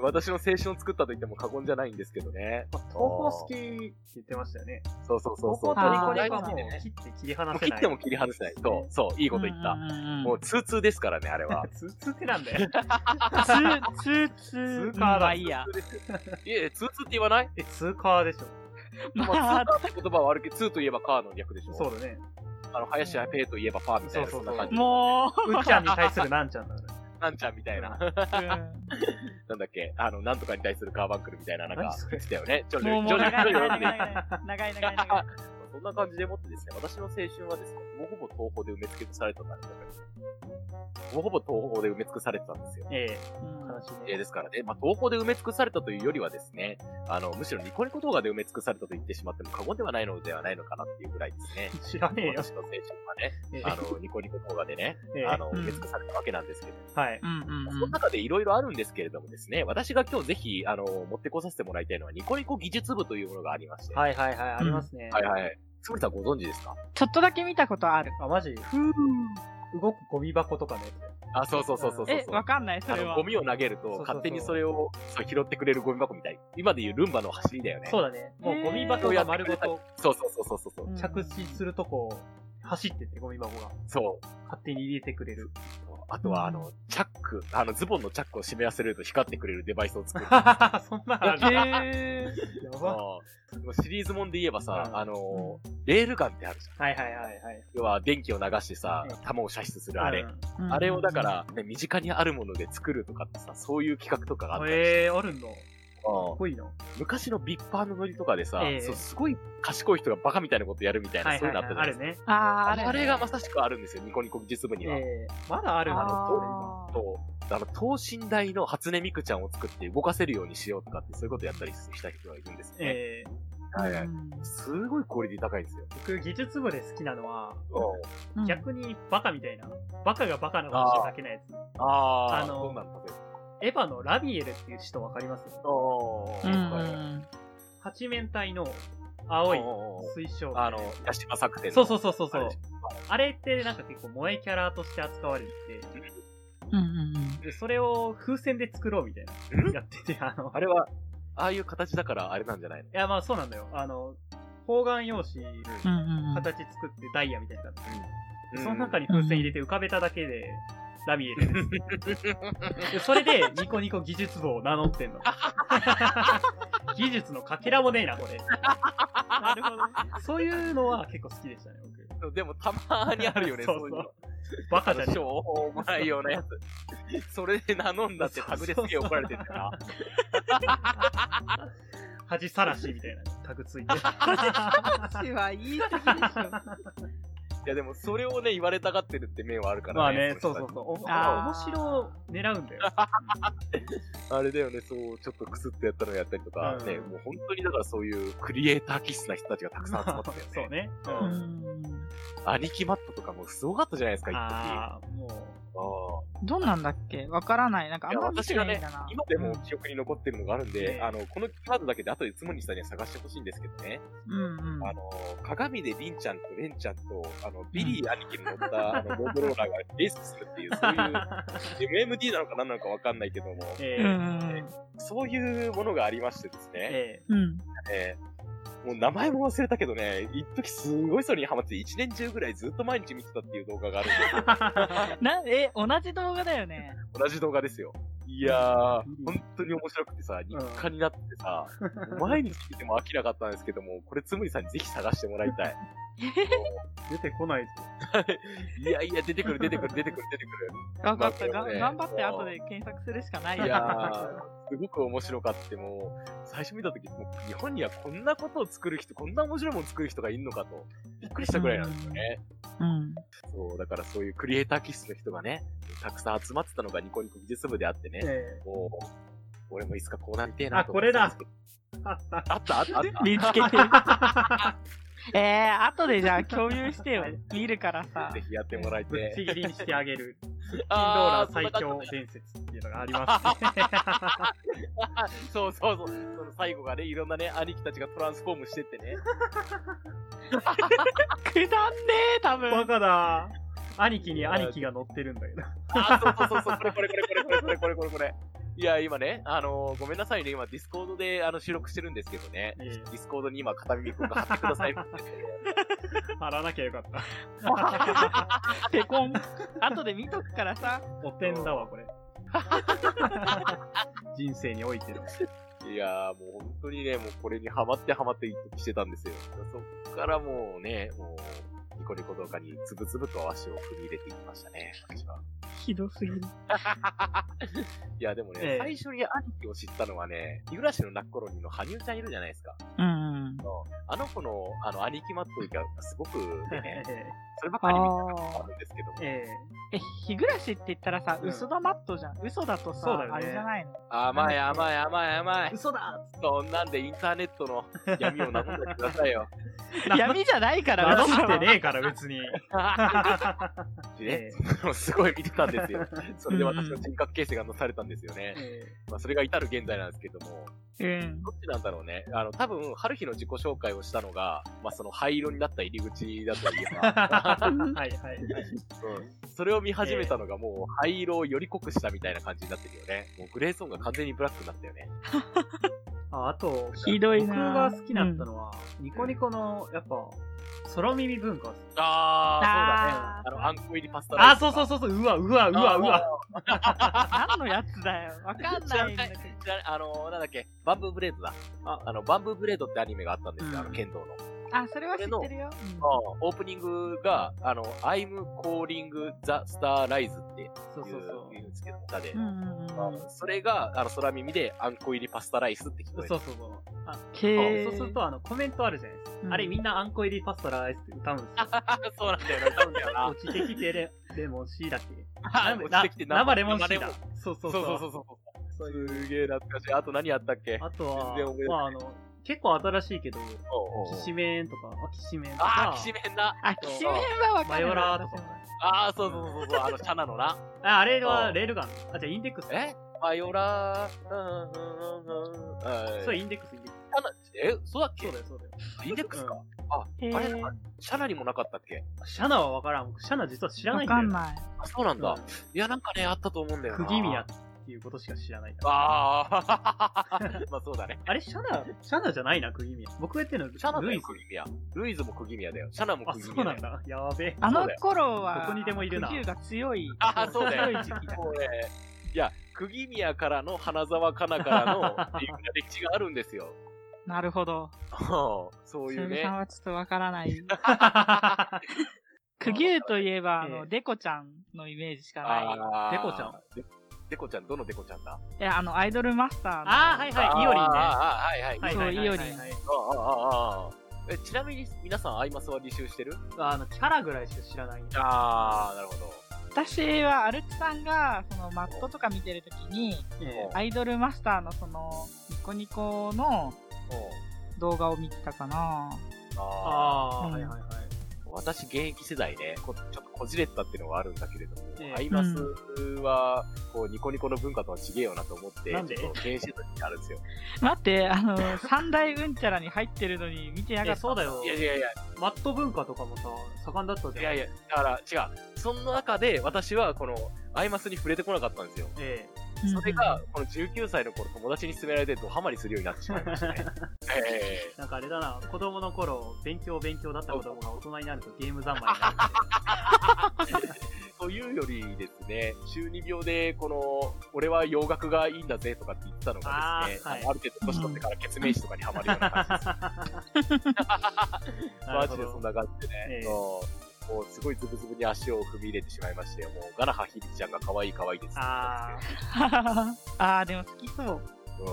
[SPEAKER 1] 私の青春を作ったと言っても過言じゃないんですけどね。
[SPEAKER 2] まあ投稿好きって言ってましたよね。
[SPEAKER 1] そうそうそう
[SPEAKER 2] 投
[SPEAKER 1] そ
[SPEAKER 2] 稿
[SPEAKER 1] う。
[SPEAKER 2] と
[SPEAKER 3] あー
[SPEAKER 2] ニコニコは
[SPEAKER 1] 大好
[SPEAKER 2] も
[SPEAKER 1] き
[SPEAKER 2] う
[SPEAKER 1] でね
[SPEAKER 2] 切って切り離
[SPEAKER 1] もう
[SPEAKER 2] せ
[SPEAKER 1] 切
[SPEAKER 2] ない。
[SPEAKER 1] っても切り離せない。そう、そう、いい こと言った。も
[SPEAKER 3] も
[SPEAKER 1] う、ツーツーですからね、あれは。
[SPEAKER 2] ツーツーってなんだよ。
[SPEAKER 3] つ、つ、つ、
[SPEAKER 2] 通過だ
[SPEAKER 3] まあいいや。
[SPEAKER 1] いえ、ツーツーって言わない
[SPEAKER 2] え、通過でしょ。
[SPEAKER 1] ま
[SPEAKER 3] ま
[SPEAKER 1] あ、
[SPEAKER 3] あ
[SPEAKER 1] ツーカーって言葉は悪いけど、ツーといえばカーの略でしょ。
[SPEAKER 2] そうだね。
[SPEAKER 1] あの、林家ペイといえばパーみたいな、
[SPEAKER 2] そ
[SPEAKER 1] そ
[SPEAKER 2] うんそうそう
[SPEAKER 1] な感じ。
[SPEAKER 3] もう、
[SPEAKER 2] うちゃんに対するなんちゃんだからね。
[SPEAKER 1] なんちゃんみたいな、 なんだっけ、あの、なんとかに対するカーバンクルみたいな、なんか
[SPEAKER 2] 何、それ
[SPEAKER 1] 言ってたよね。ちょ
[SPEAKER 3] うん
[SPEAKER 1] り
[SPEAKER 3] も
[SPEAKER 1] ょ
[SPEAKER 3] う、
[SPEAKER 1] り、ち
[SPEAKER 3] もう
[SPEAKER 1] ょりょ
[SPEAKER 3] 長
[SPEAKER 1] り
[SPEAKER 3] い長い長い
[SPEAKER 1] ね。
[SPEAKER 3] 長い長い長い長い。
[SPEAKER 1] そんな感じでもってですね、私の青春はですね、ほぼほぼ東宝で埋め尽くされてたんだけど、ほぼほぼ東宝で埋め尽くされてたんですよ。
[SPEAKER 2] ええ、
[SPEAKER 3] うん
[SPEAKER 2] 話
[SPEAKER 1] えー
[SPEAKER 2] ね。
[SPEAKER 1] ですからね、まあ、東宝で埋め尽くされたというよりはですね、あの、むしろニコニコ動画で埋め尽くされたと言ってしまっても過言ではないのではないのかなっていうぐらいですね。
[SPEAKER 2] 知らねえよ。
[SPEAKER 1] 私の青春はね、
[SPEAKER 2] ええ
[SPEAKER 1] あの、ニコニコ動画でね、
[SPEAKER 2] ええ
[SPEAKER 1] あの、
[SPEAKER 3] うん
[SPEAKER 1] 埋め尽くされたわけなんですけど、
[SPEAKER 2] はい。
[SPEAKER 3] うんう
[SPEAKER 1] そ
[SPEAKER 3] ん
[SPEAKER 1] の中でいろいろあるんですけれどもですね、私が今日ぜひ、あの、持ってこさせてもらいたいのは、ニコニコ技術部というものがありまして。
[SPEAKER 2] はいはいはい、ありますね。
[SPEAKER 1] はいはいつぶりさんご存知ですか
[SPEAKER 3] ちょっとだけ見たことある。
[SPEAKER 2] あ、マジ
[SPEAKER 3] ふーん。
[SPEAKER 2] 動くゴミ箱とかのやつだよ。
[SPEAKER 1] あ、そうそうそうそうそう
[SPEAKER 3] え、
[SPEAKER 1] そう。
[SPEAKER 3] わかんない、そ
[SPEAKER 1] あ
[SPEAKER 3] れ
[SPEAKER 1] の、
[SPEAKER 3] は
[SPEAKER 1] ゴ。ミを投げる
[SPEAKER 2] そうそう
[SPEAKER 1] と、
[SPEAKER 2] そう
[SPEAKER 1] 勝手にそれをそう拾ってくれるゴミ箱みたい。今でいうルンバの走りだよね。
[SPEAKER 2] そうだね。もうゴミ箱が丸ごと
[SPEAKER 1] そうそうそうそうそうそう。
[SPEAKER 2] 着地するとこを走ってて、ゴミ箱が。
[SPEAKER 1] そう。
[SPEAKER 2] 勝手に入れてく れる。
[SPEAKER 1] あとは、あの、チャック、あの、ズボンのチャックを湿らせると光ってくれるデバイスを作る。
[SPEAKER 2] そんなのあるや
[SPEAKER 3] へー。
[SPEAKER 2] ば。
[SPEAKER 1] あーでもシリーズもんで言えばさ、
[SPEAKER 2] うん
[SPEAKER 1] あのー、レールガンってあるじゃん。
[SPEAKER 2] はいはいはいはい。
[SPEAKER 1] 要は電気を流してさ
[SPEAKER 2] うん、
[SPEAKER 1] 弾を射出するあれ。
[SPEAKER 2] う ん
[SPEAKER 1] あれをだか、ら、ね、身近にあるもので作るとかってさ、そういう企画とかがあったりして、
[SPEAKER 2] えー、あるんだ。か
[SPEAKER 1] うん
[SPEAKER 2] っこいいな。
[SPEAKER 1] 昔のビッパーのノリとかでさ、
[SPEAKER 2] ええ
[SPEAKER 1] そうすごい賢い人がバカみたいなことやるみたいな、そういうのあったじゃな
[SPEAKER 2] あ
[SPEAKER 1] いで
[SPEAKER 2] る
[SPEAKER 1] すか。
[SPEAKER 2] ね。
[SPEAKER 3] ああ、
[SPEAKER 1] あ
[SPEAKER 3] あ
[SPEAKER 1] れ
[SPEAKER 3] れ。
[SPEAKER 1] がまさしくあるんですよ、ニコニコ技術部には。
[SPEAKER 2] えー、まだある
[SPEAKER 3] あ
[SPEAKER 2] あの、どう今
[SPEAKER 3] ー
[SPEAKER 1] そうあの、等身大の初音ミクちゃんを作って動かせるようにしようとかって、そういうことやったりした人がいるんですね。
[SPEAKER 2] えー、
[SPEAKER 1] はいはい。
[SPEAKER 3] うん
[SPEAKER 1] すごいクオリティ高いんですよ。
[SPEAKER 2] 僕、技術部で好きなのは、
[SPEAKER 3] うん
[SPEAKER 2] 逆にバカみたいな、バカがバカなことしてるだけなやつ。
[SPEAKER 1] あー
[SPEAKER 2] あの
[SPEAKER 1] どんなの例え
[SPEAKER 2] エヴァのラミエルっていう人わかります
[SPEAKER 1] ばおー
[SPEAKER 3] う
[SPEAKER 1] はいはい
[SPEAKER 3] ん。
[SPEAKER 2] 八面体の青い
[SPEAKER 1] おー
[SPEAKER 2] 水晶。
[SPEAKER 1] あの、ヤシマ作戦の。
[SPEAKER 2] そうそうそうそうそう
[SPEAKER 1] あれ。
[SPEAKER 2] あれってなんか結構萌えキャラとして扱われて
[SPEAKER 3] うんうんうん。
[SPEAKER 2] て、で、それを風船で作ろうみたいな、
[SPEAKER 1] ん
[SPEAKER 2] やってて、あの、
[SPEAKER 1] あれは、ああいう形だからあれなんじゃないの
[SPEAKER 2] いやまあそうなんだよ。あの、方眼用紙、
[SPEAKER 3] うんうんうん。
[SPEAKER 2] 形作ってダイヤみたいなのがあって。その中に風船入れて浮かべただけで、ラミエル です。でそれで、ニコニコ技術部を名乗ってんの。技術のかけらもねえな、これ。なるほどね。そういうのは結構好きでしたね、僕。
[SPEAKER 1] うんでもたまにあるよね、
[SPEAKER 2] そ
[SPEAKER 1] そうう
[SPEAKER 2] そう
[SPEAKER 1] いうの。
[SPEAKER 2] バカじゃね
[SPEAKER 1] しょうもないようなやつ。それで名乗んだってタグですげえ怒られてるな。
[SPEAKER 2] え。恥さらしみたいなタグつ いてる。
[SPEAKER 3] 私はいい時でしょ。
[SPEAKER 1] いやでもそれをね、言われたがってるって面はあるからね。
[SPEAKER 2] まあね、
[SPEAKER 1] そ
[SPEAKER 2] そ
[SPEAKER 1] の
[SPEAKER 2] う
[SPEAKER 1] 人た
[SPEAKER 2] そうそう。お
[SPEAKER 3] あー
[SPEAKER 2] 面白を狙うんだよ。
[SPEAKER 1] ちあれだよね、そう、ちょっとクスってやったのやったりとか、
[SPEAKER 2] うん
[SPEAKER 1] ね、もう本当にだからそういうクリエイター気質な人たちがたくさん集まってたよね。
[SPEAKER 2] そうね。う
[SPEAKER 3] うんん
[SPEAKER 1] アニキマットとかもすごかったじゃないですか、一時。あ
[SPEAKER 2] ああ、もう。
[SPEAKER 1] あ
[SPEAKER 3] どんなんだっけわからない。なんかあんま見てないんだな。
[SPEAKER 1] 今でも記憶に残ってるのがあるんで、
[SPEAKER 2] うん
[SPEAKER 1] あの、このキーワードだけで後でつむにさんには探してほしいんですけどね。
[SPEAKER 3] うんうん。
[SPEAKER 1] あの、鏡でリンちゃんとレンちゃんと、あの、ビリー兄貴に乗った、あの、モードローラーがレースするっていう、そういう、MMD なのか何なのかわかんないけども、
[SPEAKER 2] え
[SPEAKER 3] う
[SPEAKER 2] え
[SPEAKER 3] ん
[SPEAKER 1] そういうものがありましてですね、
[SPEAKER 2] え
[SPEAKER 3] うん。
[SPEAKER 1] えーもう名前も忘れたけどね、一時すごいそれにハマってて、一年中ぐらいずっと毎日見てたっていう動画があるん ですよ。
[SPEAKER 2] え
[SPEAKER 3] な、え、同じ動画だよね。
[SPEAKER 1] 同じ動画ですよ。いやー
[SPEAKER 2] うん、
[SPEAKER 1] 本当に面白くてさ、日課になってさ、
[SPEAKER 2] うん
[SPEAKER 1] もう毎日見てても飽きなかったんですけども、これつむりさんにぜひ探してもらいたい。
[SPEAKER 2] 出てこないぞ。
[SPEAKER 1] いやいや、出てくる、出てくる、出てくる、出て
[SPEAKER 3] わかった。
[SPEAKER 1] まあ
[SPEAKER 3] が
[SPEAKER 1] これもね
[SPEAKER 3] 頑張って後で検索するしかない
[SPEAKER 1] くる。い
[SPEAKER 3] よ。
[SPEAKER 1] やー、すごく面白かって、もう、最初見た時、もう日本にはこんなことを作る人、こんな面白いものを作る人がいるのかと、びっくりしたぐらいなんですよね。
[SPEAKER 3] うん。
[SPEAKER 1] そう、だからそういうクリエイター気質の人がね、たくさん集まってたのがニコニコ技術部であってね、
[SPEAKER 2] え
[SPEAKER 1] もう、俺もいつかこうなりてえなと
[SPEAKER 2] あこれだ
[SPEAKER 1] あったあったあった。
[SPEAKER 3] 見 つ けて。
[SPEAKER 2] え。
[SPEAKER 3] えー、後でじゃあ共有してよ。見るからさ。
[SPEAKER 1] ぜひやってもらえ
[SPEAKER 2] ぶっち
[SPEAKER 1] て。
[SPEAKER 2] ぎりにしてあげる。ピンド ー
[SPEAKER 1] あ
[SPEAKER 2] ラ
[SPEAKER 1] ー
[SPEAKER 2] 最強伝説っていうのがありま
[SPEAKER 1] そうそうそう。その最後がね、いろんなね、兄貴たちがトランスフォームしてってね。
[SPEAKER 2] すね。
[SPEAKER 3] くだんねえ、多
[SPEAKER 2] バ
[SPEAKER 3] 分。
[SPEAKER 2] カだ。兄貴に兄貴が乗ってるんだけど。
[SPEAKER 1] あー、そうそうそうそう、これこれこれこれこれこれこれこれこれ。いや、今ね、あのーごめんなさいね、今ディスコードであの収録してるんですけどね。
[SPEAKER 2] ええ
[SPEAKER 1] ディスコードに今、片耳くん が貼ってくださいって言ってて。
[SPEAKER 2] 貼らなきゃよかった。
[SPEAKER 3] ペコン。後で見とくからさ。
[SPEAKER 2] おてんだわ、 これ。人生においての。
[SPEAKER 1] いやー、もう本当にね、もうこれにハマってハマって一時してたんですよ。そっからもうね、もう、ニコニコ動画につぶつぶと足を踏み入れていきましたね、私は。
[SPEAKER 3] ひどすぎる。
[SPEAKER 1] いや、でもね、
[SPEAKER 2] ええ
[SPEAKER 1] 最初に兄貴を知ったのはね、日暮らしのナッコロニーの羽生ちゃんいるじゃないですか。
[SPEAKER 3] うんうん。
[SPEAKER 1] あの子の、あの、兄貴マットがすごくでね、
[SPEAKER 2] え
[SPEAKER 1] そればっ
[SPEAKER 3] あ
[SPEAKER 1] かり見て
[SPEAKER 3] あ
[SPEAKER 1] た。んですけども、
[SPEAKER 2] え
[SPEAKER 3] え、日暮らしって言ったらさ、
[SPEAKER 2] うん
[SPEAKER 3] 嘘だマットじゃん。嘘だとさ、
[SPEAKER 2] そうだよね
[SPEAKER 3] あれじゃないの
[SPEAKER 1] 甘い甘い甘い甘い。
[SPEAKER 2] 嘘だ
[SPEAKER 1] そんなんでインターネットの闇をなもんでください よ。
[SPEAKER 3] 闇じゃないから、
[SPEAKER 2] 名乗
[SPEAKER 3] 嘘だ
[SPEAKER 2] って
[SPEAKER 3] わ
[SPEAKER 2] ねえから別 に。
[SPEAKER 1] ね、
[SPEAKER 2] え
[SPEAKER 1] すごい見てたんです よ。それで私の人格形成が載されたんですよね。
[SPEAKER 2] え
[SPEAKER 1] まあ、それが至る現在なんですけども、
[SPEAKER 3] うん
[SPEAKER 1] ど。っちなんだろうね。あの、多分、春日の自己紹介をしたのが、まあ、その灰色になった入り口だったりとか、
[SPEAKER 2] はいはいはい。
[SPEAKER 1] うんそれを見始めたのがもう灰色をより濃くしたみたいな感じになってるよね。もうグレーゾーンが完全にブラックになったよね。
[SPEAKER 2] ああと、
[SPEAKER 3] ひどい
[SPEAKER 2] 僕
[SPEAKER 3] な
[SPEAKER 2] が好きだったのは、ニコニコの、やっぱ、空耳文化っす
[SPEAKER 1] あそうだね。
[SPEAKER 3] あー
[SPEAKER 1] あの、あんこ入りパスタライ
[SPEAKER 2] あ、
[SPEAKER 1] ス
[SPEAKER 2] そうそうそうそう、うわ、うわ、うわ、うわ。
[SPEAKER 3] 何のやつだよ。わかんないんだけど。
[SPEAKER 1] 知らないあの、なんだっけ、バンブーブレードだ。ああの、バンブーブレードってアニメがあったんですよ、
[SPEAKER 2] うん
[SPEAKER 1] あの、剣道の。
[SPEAKER 3] あ、それは知ってるよ。
[SPEAKER 1] オープニングが、あの、I'm calling the star rise っていう
[SPEAKER 2] そうそうそう。
[SPEAKER 1] 言うんですけど、歌で。
[SPEAKER 3] うんうんうんうん。
[SPEAKER 1] あそれが、あの、空耳で、あんこ入りパスタライスって聞こえ
[SPEAKER 2] そう
[SPEAKER 1] る。
[SPEAKER 2] そうそう。あ
[SPEAKER 3] へー
[SPEAKER 2] そうすると、あの、コメントあるじゃないですか。
[SPEAKER 3] うん
[SPEAKER 2] あれ、みんなあんこ入りパスタライスって歌うんです よ。
[SPEAKER 1] そうなんだよな、歌うんだよな。
[SPEAKER 2] 落ちてきてレ、レモンシーだっけ
[SPEAKER 1] あ
[SPEAKER 2] な
[SPEAKER 1] 落ちてきて
[SPEAKER 2] な生レモンシー
[SPEAKER 1] 生レ
[SPEAKER 2] だ
[SPEAKER 1] モ。
[SPEAKER 2] そうそ
[SPEAKER 1] そうそ
[SPEAKER 2] うそうう。
[SPEAKER 1] そうそう。すげえ懐かしい。あと何やったっけ
[SPEAKER 2] あと
[SPEAKER 1] 全然
[SPEAKER 2] は
[SPEAKER 1] 思い出せ、
[SPEAKER 2] ま
[SPEAKER 1] ない
[SPEAKER 2] ああの、結構新しいけど、
[SPEAKER 1] おうおうおう
[SPEAKER 2] きしめんとか、あきしめんと
[SPEAKER 1] あ
[SPEAKER 2] か
[SPEAKER 1] ー、、きしめんな。
[SPEAKER 3] あ、きしめんはわか
[SPEAKER 2] マ
[SPEAKER 3] る。
[SPEAKER 2] ヨラーとか
[SPEAKER 3] 私も。
[SPEAKER 1] あー、そうそうそうそう、あの、シャナの な。
[SPEAKER 2] あ、あれ
[SPEAKER 1] う
[SPEAKER 2] は
[SPEAKER 1] ん
[SPEAKER 2] レールガン。あ、じゃあインデックス。
[SPEAKER 1] えマヨラー、うん、うん、うん、うん。はい
[SPEAKER 2] それインデックス、インデック
[SPEAKER 1] シャナえ、そうだっ
[SPEAKER 2] ス。そ
[SPEAKER 1] け
[SPEAKER 2] うだよ、そうだよ。
[SPEAKER 1] インデックスか。
[SPEAKER 3] へー
[SPEAKER 1] あれなんかシャナにもなかったっけ
[SPEAKER 2] シャナはわからん。僕、シャナ実は知らな
[SPEAKER 3] わ
[SPEAKER 2] いんだ
[SPEAKER 3] か
[SPEAKER 2] よ。
[SPEAKER 3] んない。
[SPEAKER 1] あ、そうなんだ
[SPEAKER 2] う。ん
[SPEAKER 1] いや、なんかね、あったと思うんだよな。
[SPEAKER 2] 釘宮っていうことしか知らないから。
[SPEAKER 1] ああ、 まあそうだね。
[SPEAKER 2] あれ、シャナ、シャナじゃないな、釘宮。僕が言ってるの、
[SPEAKER 1] シャナも
[SPEAKER 2] ルイズ。
[SPEAKER 1] 釘宮。ルイズも釘宮だよ。シャナも
[SPEAKER 2] あ、
[SPEAKER 1] 釘
[SPEAKER 2] そう
[SPEAKER 1] 宮
[SPEAKER 2] な
[SPEAKER 1] だ
[SPEAKER 2] ん
[SPEAKER 1] よ。
[SPEAKER 2] だ。やべえ。
[SPEAKER 3] あの頃
[SPEAKER 2] ど
[SPEAKER 3] は、
[SPEAKER 2] こにでもいるな
[SPEAKER 3] 九が強い。
[SPEAKER 1] ああ、そうだよ。
[SPEAKER 3] 強い時期だ
[SPEAKER 1] もうね、いや、釘宮からの花沢香菜からの、っていう歴史があるんですよ。
[SPEAKER 3] なるほど。
[SPEAKER 1] そう
[SPEAKER 3] そ
[SPEAKER 1] いう
[SPEAKER 3] れさん
[SPEAKER 1] ね。
[SPEAKER 3] はちょっとわからない。
[SPEAKER 2] あ
[SPEAKER 3] くぎゅうといえば、あ
[SPEAKER 2] ええ
[SPEAKER 3] の、デコちゃんのイメージしかない。
[SPEAKER 1] あー
[SPEAKER 2] デコちゃん。
[SPEAKER 1] でデコちゃん、どのデコちゃんだ
[SPEAKER 3] いや、あの、アイドルマスターの。
[SPEAKER 2] あー、はい
[SPEAKER 1] あ
[SPEAKER 2] は
[SPEAKER 1] ー
[SPEAKER 2] い、イオリンね。
[SPEAKER 1] あー、はいは。
[SPEAKER 2] はいい
[SPEAKER 3] そう
[SPEAKER 2] はいはいはい
[SPEAKER 3] イオ
[SPEAKER 2] はい。
[SPEAKER 1] ああ、ああ、ああ。えちなみに皆さん、アイマスは履修してる
[SPEAKER 2] あの、キャラぐらいしか知らない。
[SPEAKER 1] ああ、なるほど。
[SPEAKER 3] 私は、アルチさんが、その、マットとか見てるときに、
[SPEAKER 2] え
[SPEAKER 3] アイドルマスターの、その、ニコニコの
[SPEAKER 1] うん
[SPEAKER 3] 動画を見てたかな。
[SPEAKER 2] ー
[SPEAKER 1] ああ。
[SPEAKER 2] ああ、
[SPEAKER 3] うん
[SPEAKER 2] はいはいはい。
[SPEAKER 1] 私、現役世代ね、こちょっとこじれてたっていうのはあるんだけれども、
[SPEAKER 2] ええ
[SPEAKER 1] アイマスは、こう、ニコニコの文化とは違えよなと思って、
[SPEAKER 2] なんで
[SPEAKER 1] ちょっと現役世代にあるんですよ。
[SPEAKER 3] 待って、あの、三大うんちゃらに入ってるのに見てなか
[SPEAKER 2] え、
[SPEAKER 3] った。
[SPEAKER 2] そうだよ
[SPEAKER 1] い。やいやいや、
[SPEAKER 2] マット文化とかもさ、盛んだったじゃん。
[SPEAKER 1] いやいや、だから、違う。その中で、私は、この、アイマスに触れてこなかったんですよ。
[SPEAKER 2] え
[SPEAKER 3] うんうん
[SPEAKER 1] それが、この19歳の頃、友達に勧められて、ドハマりするようになってしまいまし たね。え
[SPEAKER 2] え。なんかあれだな、子供の頃、勉強勉強だった子供が大人になるとゲーム三昧になるって。
[SPEAKER 1] えというよりですね、中二病で、この、俺は洋楽がいいんだぜとかって言ってたのがですね、
[SPEAKER 2] あーはい
[SPEAKER 1] あのある程度年取ってから決明詞とかにハマるような感じで す。 マジでそんな感じでね
[SPEAKER 2] え、え
[SPEAKER 1] うんもうすごいズブズブに足を踏み入れてしまいまして、もうガラハヒリちゃんが可愛い可愛いですって言ったん
[SPEAKER 2] あ
[SPEAKER 1] です
[SPEAKER 3] あー、でも好きそう。
[SPEAKER 1] けど、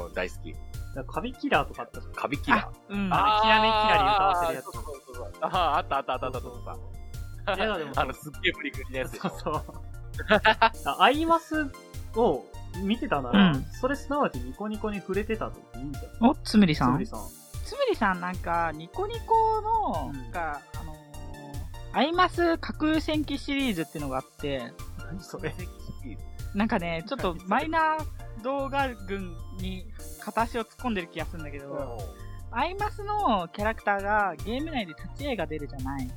[SPEAKER 1] うん、大好き。
[SPEAKER 2] あ、カビキラーとかあったじゃん
[SPEAKER 1] カビキラー。
[SPEAKER 3] うん。
[SPEAKER 2] あきらめきらり歌わせるやつ
[SPEAKER 1] あーそうそうそうそうあー、あったあったあったあったあった。
[SPEAKER 2] いやでも
[SPEAKER 1] あの、すっげえブリクリのやつでし
[SPEAKER 2] そ
[SPEAKER 1] ょ
[SPEAKER 2] う。そう。あアイマスを見てたなら、
[SPEAKER 3] うん
[SPEAKER 2] それすなわちニコニコに触れてたといいんじゃん。
[SPEAKER 3] お、つむりさ
[SPEAKER 2] つむ
[SPEAKER 3] ん
[SPEAKER 2] りさん。
[SPEAKER 3] つむりさんなんか、ニコニコの、
[SPEAKER 2] うん
[SPEAKER 3] が、あのーアイマス架空戦記シリーズっていうのがあって、
[SPEAKER 2] 何それ。
[SPEAKER 3] なんかね、ちょっと
[SPEAKER 2] はい
[SPEAKER 3] マイナー動画群に片足を突っ込んでる気がするんだけど、アイマスのキャラクターがゲーム内で立ち絵が出るじゃない。
[SPEAKER 2] う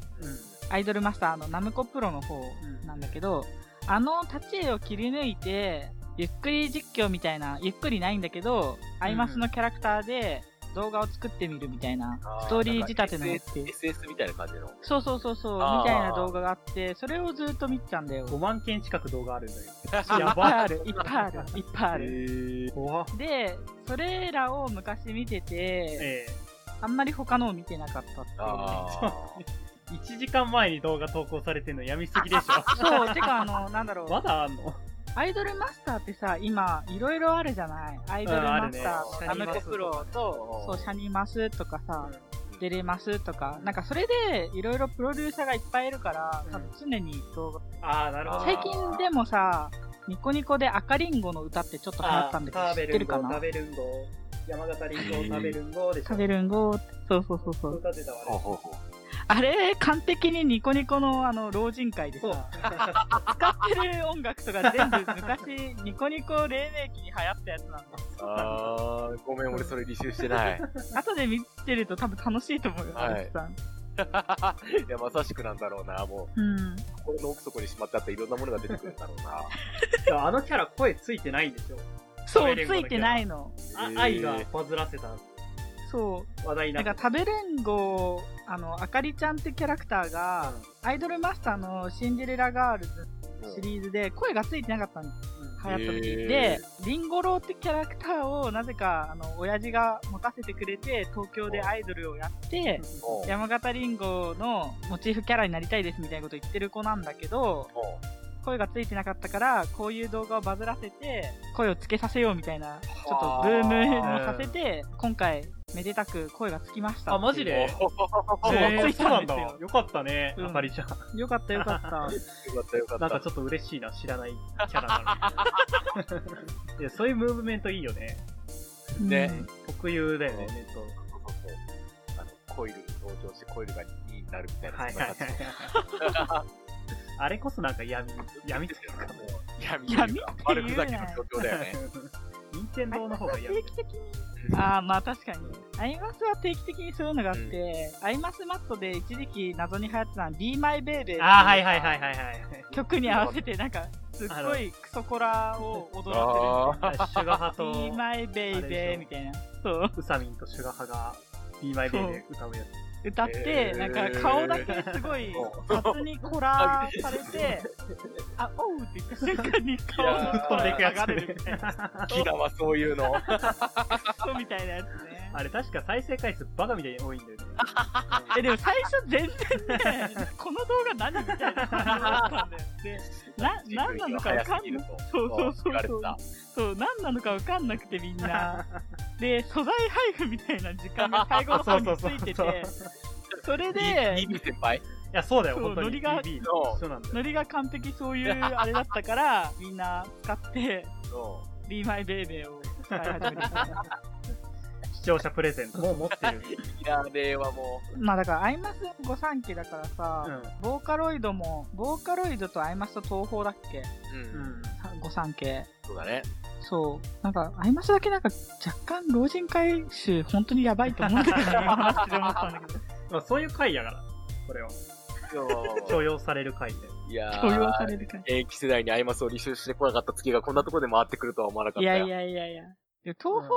[SPEAKER 3] アイドルマスターのナムコプロの方なんだけど、あの立ち絵を切り抜いて、ゆっくり実況みたいな、ゆっくりないんだけど、アイマスのキャラクターで動画を作ってみるみたいな、ストーリー仕立てのやつ。
[SPEAKER 1] つ。SS みたいな感じの。
[SPEAKER 3] そうそうそうそう、
[SPEAKER 1] あー
[SPEAKER 3] みたいな動画があって、それをずっと見てたんだよ。
[SPEAKER 2] ん。5万件近く動画あるんだよ。
[SPEAKER 3] い
[SPEAKER 2] や
[SPEAKER 3] っぱい
[SPEAKER 2] ば
[SPEAKER 3] ある、いっぱいある、いっぱいある。
[SPEAKER 1] え
[SPEAKER 2] 怖っ。
[SPEAKER 3] で、それらを昔見て
[SPEAKER 2] え
[SPEAKER 3] て、あんまり他のを見てなかったっていう。
[SPEAKER 1] あ
[SPEAKER 2] え1時間前に動画投稿されてんのやみすぎでしょ。
[SPEAKER 3] そう、てかあ の、なんだろう
[SPEAKER 2] ま、だあんの
[SPEAKER 3] アイドルマスターってさ、今、いろいろあるじゃないアイドルマスター、
[SPEAKER 2] うんあ
[SPEAKER 3] ナ
[SPEAKER 2] るね
[SPEAKER 3] ムコプロと、そう、シャニマスとかさ、出れますとか、なんかそれでいろいろプロデューサーがいっぱいいるから、多分常に動画
[SPEAKER 2] ああ、なるほど。
[SPEAKER 3] 最近でもさ、ニコニコで赤リンゴの歌ってちょっと流行ったんだけど、
[SPEAKER 2] あー
[SPEAKER 3] 知ってるかな
[SPEAKER 2] 食べるんご、山形りんご、食べるんごでしょ
[SPEAKER 3] 食べるんごそうそうそうそ
[SPEAKER 2] そう
[SPEAKER 3] う。
[SPEAKER 2] 歌ってたわ
[SPEAKER 1] ほう
[SPEAKER 2] ね。
[SPEAKER 1] ほうほう。
[SPEAKER 3] あれ、完璧にニコニコのあの、老人会で
[SPEAKER 2] そ
[SPEAKER 3] さ、
[SPEAKER 2] う。
[SPEAKER 3] 使ってる音楽とか全部昔、ニコニコ黎明期に流行ったやつなんだ。
[SPEAKER 1] あー、ごめん、俺それ履修してない。
[SPEAKER 3] 後で見てると多分楽しいと思うよ、
[SPEAKER 1] はい
[SPEAKER 3] 鈴木さん。
[SPEAKER 1] いや、まさしくなんだろうな、も
[SPEAKER 3] うん。
[SPEAKER 1] う、心の奥底にしまってあったいろんなものが出てくるんだろうな。
[SPEAKER 2] あのキャラ声ついてないんですよ。
[SPEAKER 3] そ
[SPEAKER 2] 食べ
[SPEAKER 3] う、
[SPEAKER 2] れん
[SPEAKER 3] つ
[SPEAKER 2] ごのキャラ
[SPEAKER 3] いてないの。
[SPEAKER 2] あ
[SPEAKER 1] へー
[SPEAKER 2] 愛がバズらせた
[SPEAKER 3] そう。
[SPEAKER 2] 話題にな
[SPEAKER 3] なん
[SPEAKER 2] って
[SPEAKER 3] か食べれんご、あの、あかりちゃんってキャラクターが、アイドルマスターのシンデレラガールズシリーズで声がついてなかったんです。流行った時
[SPEAKER 1] へー
[SPEAKER 3] で、リンゴロウってキャラクターをなぜか、あの、親父が持たせてくれて、東京でアイドルをやって、
[SPEAKER 1] おう
[SPEAKER 3] 山形リンゴのモチーフキャラになりたいですみたいなこと言ってる子なんだけど、
[SPEAKER 1] おう
[SPEAKER 3] 声がついてなかったから、こういう動画をバズらせて、声をつけさせようみたいな、ちょっとブームをさせて、今回、めでたく声がつきました。
[SPEAKER 2] あマジで
[SPEAKER 1] おう
[SPEAKER 3] そう
[SPEAKER 2] へー
[SPEAKER 3] ついたんですよ
[SPEAKER 2] そうなんだよかったね、
[SPEAKER 3] うん
[SPEAKER 2] あかりちゃん。
[SPEAKER 3] よかったよかった。
[SPEAKER 1] よかったよかった。
[SPEAKER 2] なんかちょっと嬉しいな、知らないキャラなのに いや、そういうムーブメントいいよね。
[SPEAKER 1] ね
[SPEAKER 3] うん
[SPEAKER 2] 特有だよね、
[SPEAKER 1] うん
[SPEAKER 2] ネット。
[SPEAKER 1] そうそうそうあの、コイルに登場してコイルが2位になるみたいな、
[SPEAKER 2] はい
[SPEAKER 1] そん
[SPEAKER 2] は
[SPEAKER 1] ない
[SPEAKER 2] は
[SPEAKER 1] 感
[SPEAKER 2] い
[SPEAKER 1] じ。。
[SPEAKER 2] あれこそなんか闇、闇とい
[SPEAKER 1] なん
[SPEAKER 2] う
[SPEAKER 1] か
[SPEAKER 2] か
[SPEAKER 1] も
[SPEAKER 2] も
[SPEAKER 1] う
[SPEAKER 2] う。
[SPEAKER 1] 闇というか、
[SPEAKER 3] 闇
[SPEAKER 1] 悪
[SPEAKER 3] って
[SPEAKER 1] ふ
[SPEAKER 3] いう
[SPEAKER 1] ざ
[SPEAKER 3] な
[SPEAKER 1] けの状況だよね。
[SPEAKER 2] 任天堂の方が闇。
[SPEAKER 3] 定期的に。ああ、まあ確かに。アイマスは定期的にそういうのがあって、アイマスマットで一時期謎に流行ってたの、Be My Baby
[SPEAKER 2] ああ、はいはいはいはい
[SPEAKER 3] 曲に合わせて、なんか、すっごいクソコラを踊ら
[SPEAKER 1] あ
[SPEAKER 2] はい。シュガハ
[SPEAKER 3] せる。
[SPEAKER 2] と
[SPEAKER 3] Be、My
[SPEAKER 2] あれでし
[SPEAKER 3] Baby
[SPEAKER 2] ょ
[SPEAKER 3] みたいな。そう。
[SPEAKER 2] ウサミンとシュガハが、Be My Baby で歌う や
[SPEAKER 3] 歌って
[SPEAKER 1] へ、ー
[SPEAKER 3] なんか顔だけすご い雑にコラされて、あ、おうって言った瞬間に顔の
[SPEAKER 2] つ。
[SPEAKER 3] コ
[SPEAKER 2] 飛んでい
[SPEAKER 3] ラ
[SPEAKER 2] くや
[SPEAKER 3] が流れるみたいな。
[SPEAKER 2] つ。
[SPEAKER 1] 好きだわ、そういうの。
[SPEAKER 3] クソみたいなやつね。
[SPEAKER 2] あれ確か再生回数バカみたいに多いんだ よね。
[SPEAKER 3] え、でも最初全然ね、この動画何みたいな感じだったんだよ。で、 な、何なのかわかんない。そうそうそう
[SPEAKER 1] 言われて
[SPEAKER 3] そう。
[SPEAKER 1] た。
[SPEAKER 3] そう、何なのかわかんなくてみん な。で、素材配布みたいな時間が最後の方について
[SPEAKER 2] そうそう
[SPEAKER 3] て、それで、
[SPEAKER 1] ビビ先輩
[SPEAKER 2] いや、そうだよ、
[SPEAKER 3] そう
[SPEAKER 2] 本当に。
[SPEAKER 3] ノリが
[SPEAKER 2] BB
[SPEAKER 1] そう
[SPEAKER 2] 一緒なんだよ。
[SPEAKER 3] ノリが完璧そういうあれだった から、みんな使って、
[SPEAKER 1] そ
[SPEAKER 3] リーマイベイベーを使い始め た。
[SPEAKER 2] 視聴者プレゼント。もう持ってる。
[SPEAKER 1] う。いや、令和も。
[SPEAKER 3] まあだから、アイマス御三家だから
[SPEAKER 2] う
[SPEAKER 3] さ、
[SPEAKER 2] ん。
[SPEAKER 3] ボーカロイドも、ボーカロイドとアイマスと東宝だっけ
[SPEAKER 1] う。
[SPEAKER 2] うん ん。
[SPEAKER 3] 御三家。
[SPEAKER 1] そうだね。
[SPEAKER 3] そう。なんか、アイマスだけなんか、若干老人会集、本当にやばいと思うんだよね。 今話して思ったんだけど。
[SPEAKER 2] まあ、そういう回やから、これは。重用される回で。
[SPEAKER 1] いや
[SPEAKER 3] 許容さ
[SPEAKER 1] ー、
[SPEAKER 3] れるから。
[SPEAKER 1] 現役世代にアイマスを履修してこなかった月がこんなとこで回ってくるとは思わなかっ
[SPEAKER 3] い
[SPEAKER 1] た
[SPEAKER 3] や
[SPEAKER 1] よ。
[SPEAKER 3] いやいやいや。で東宝も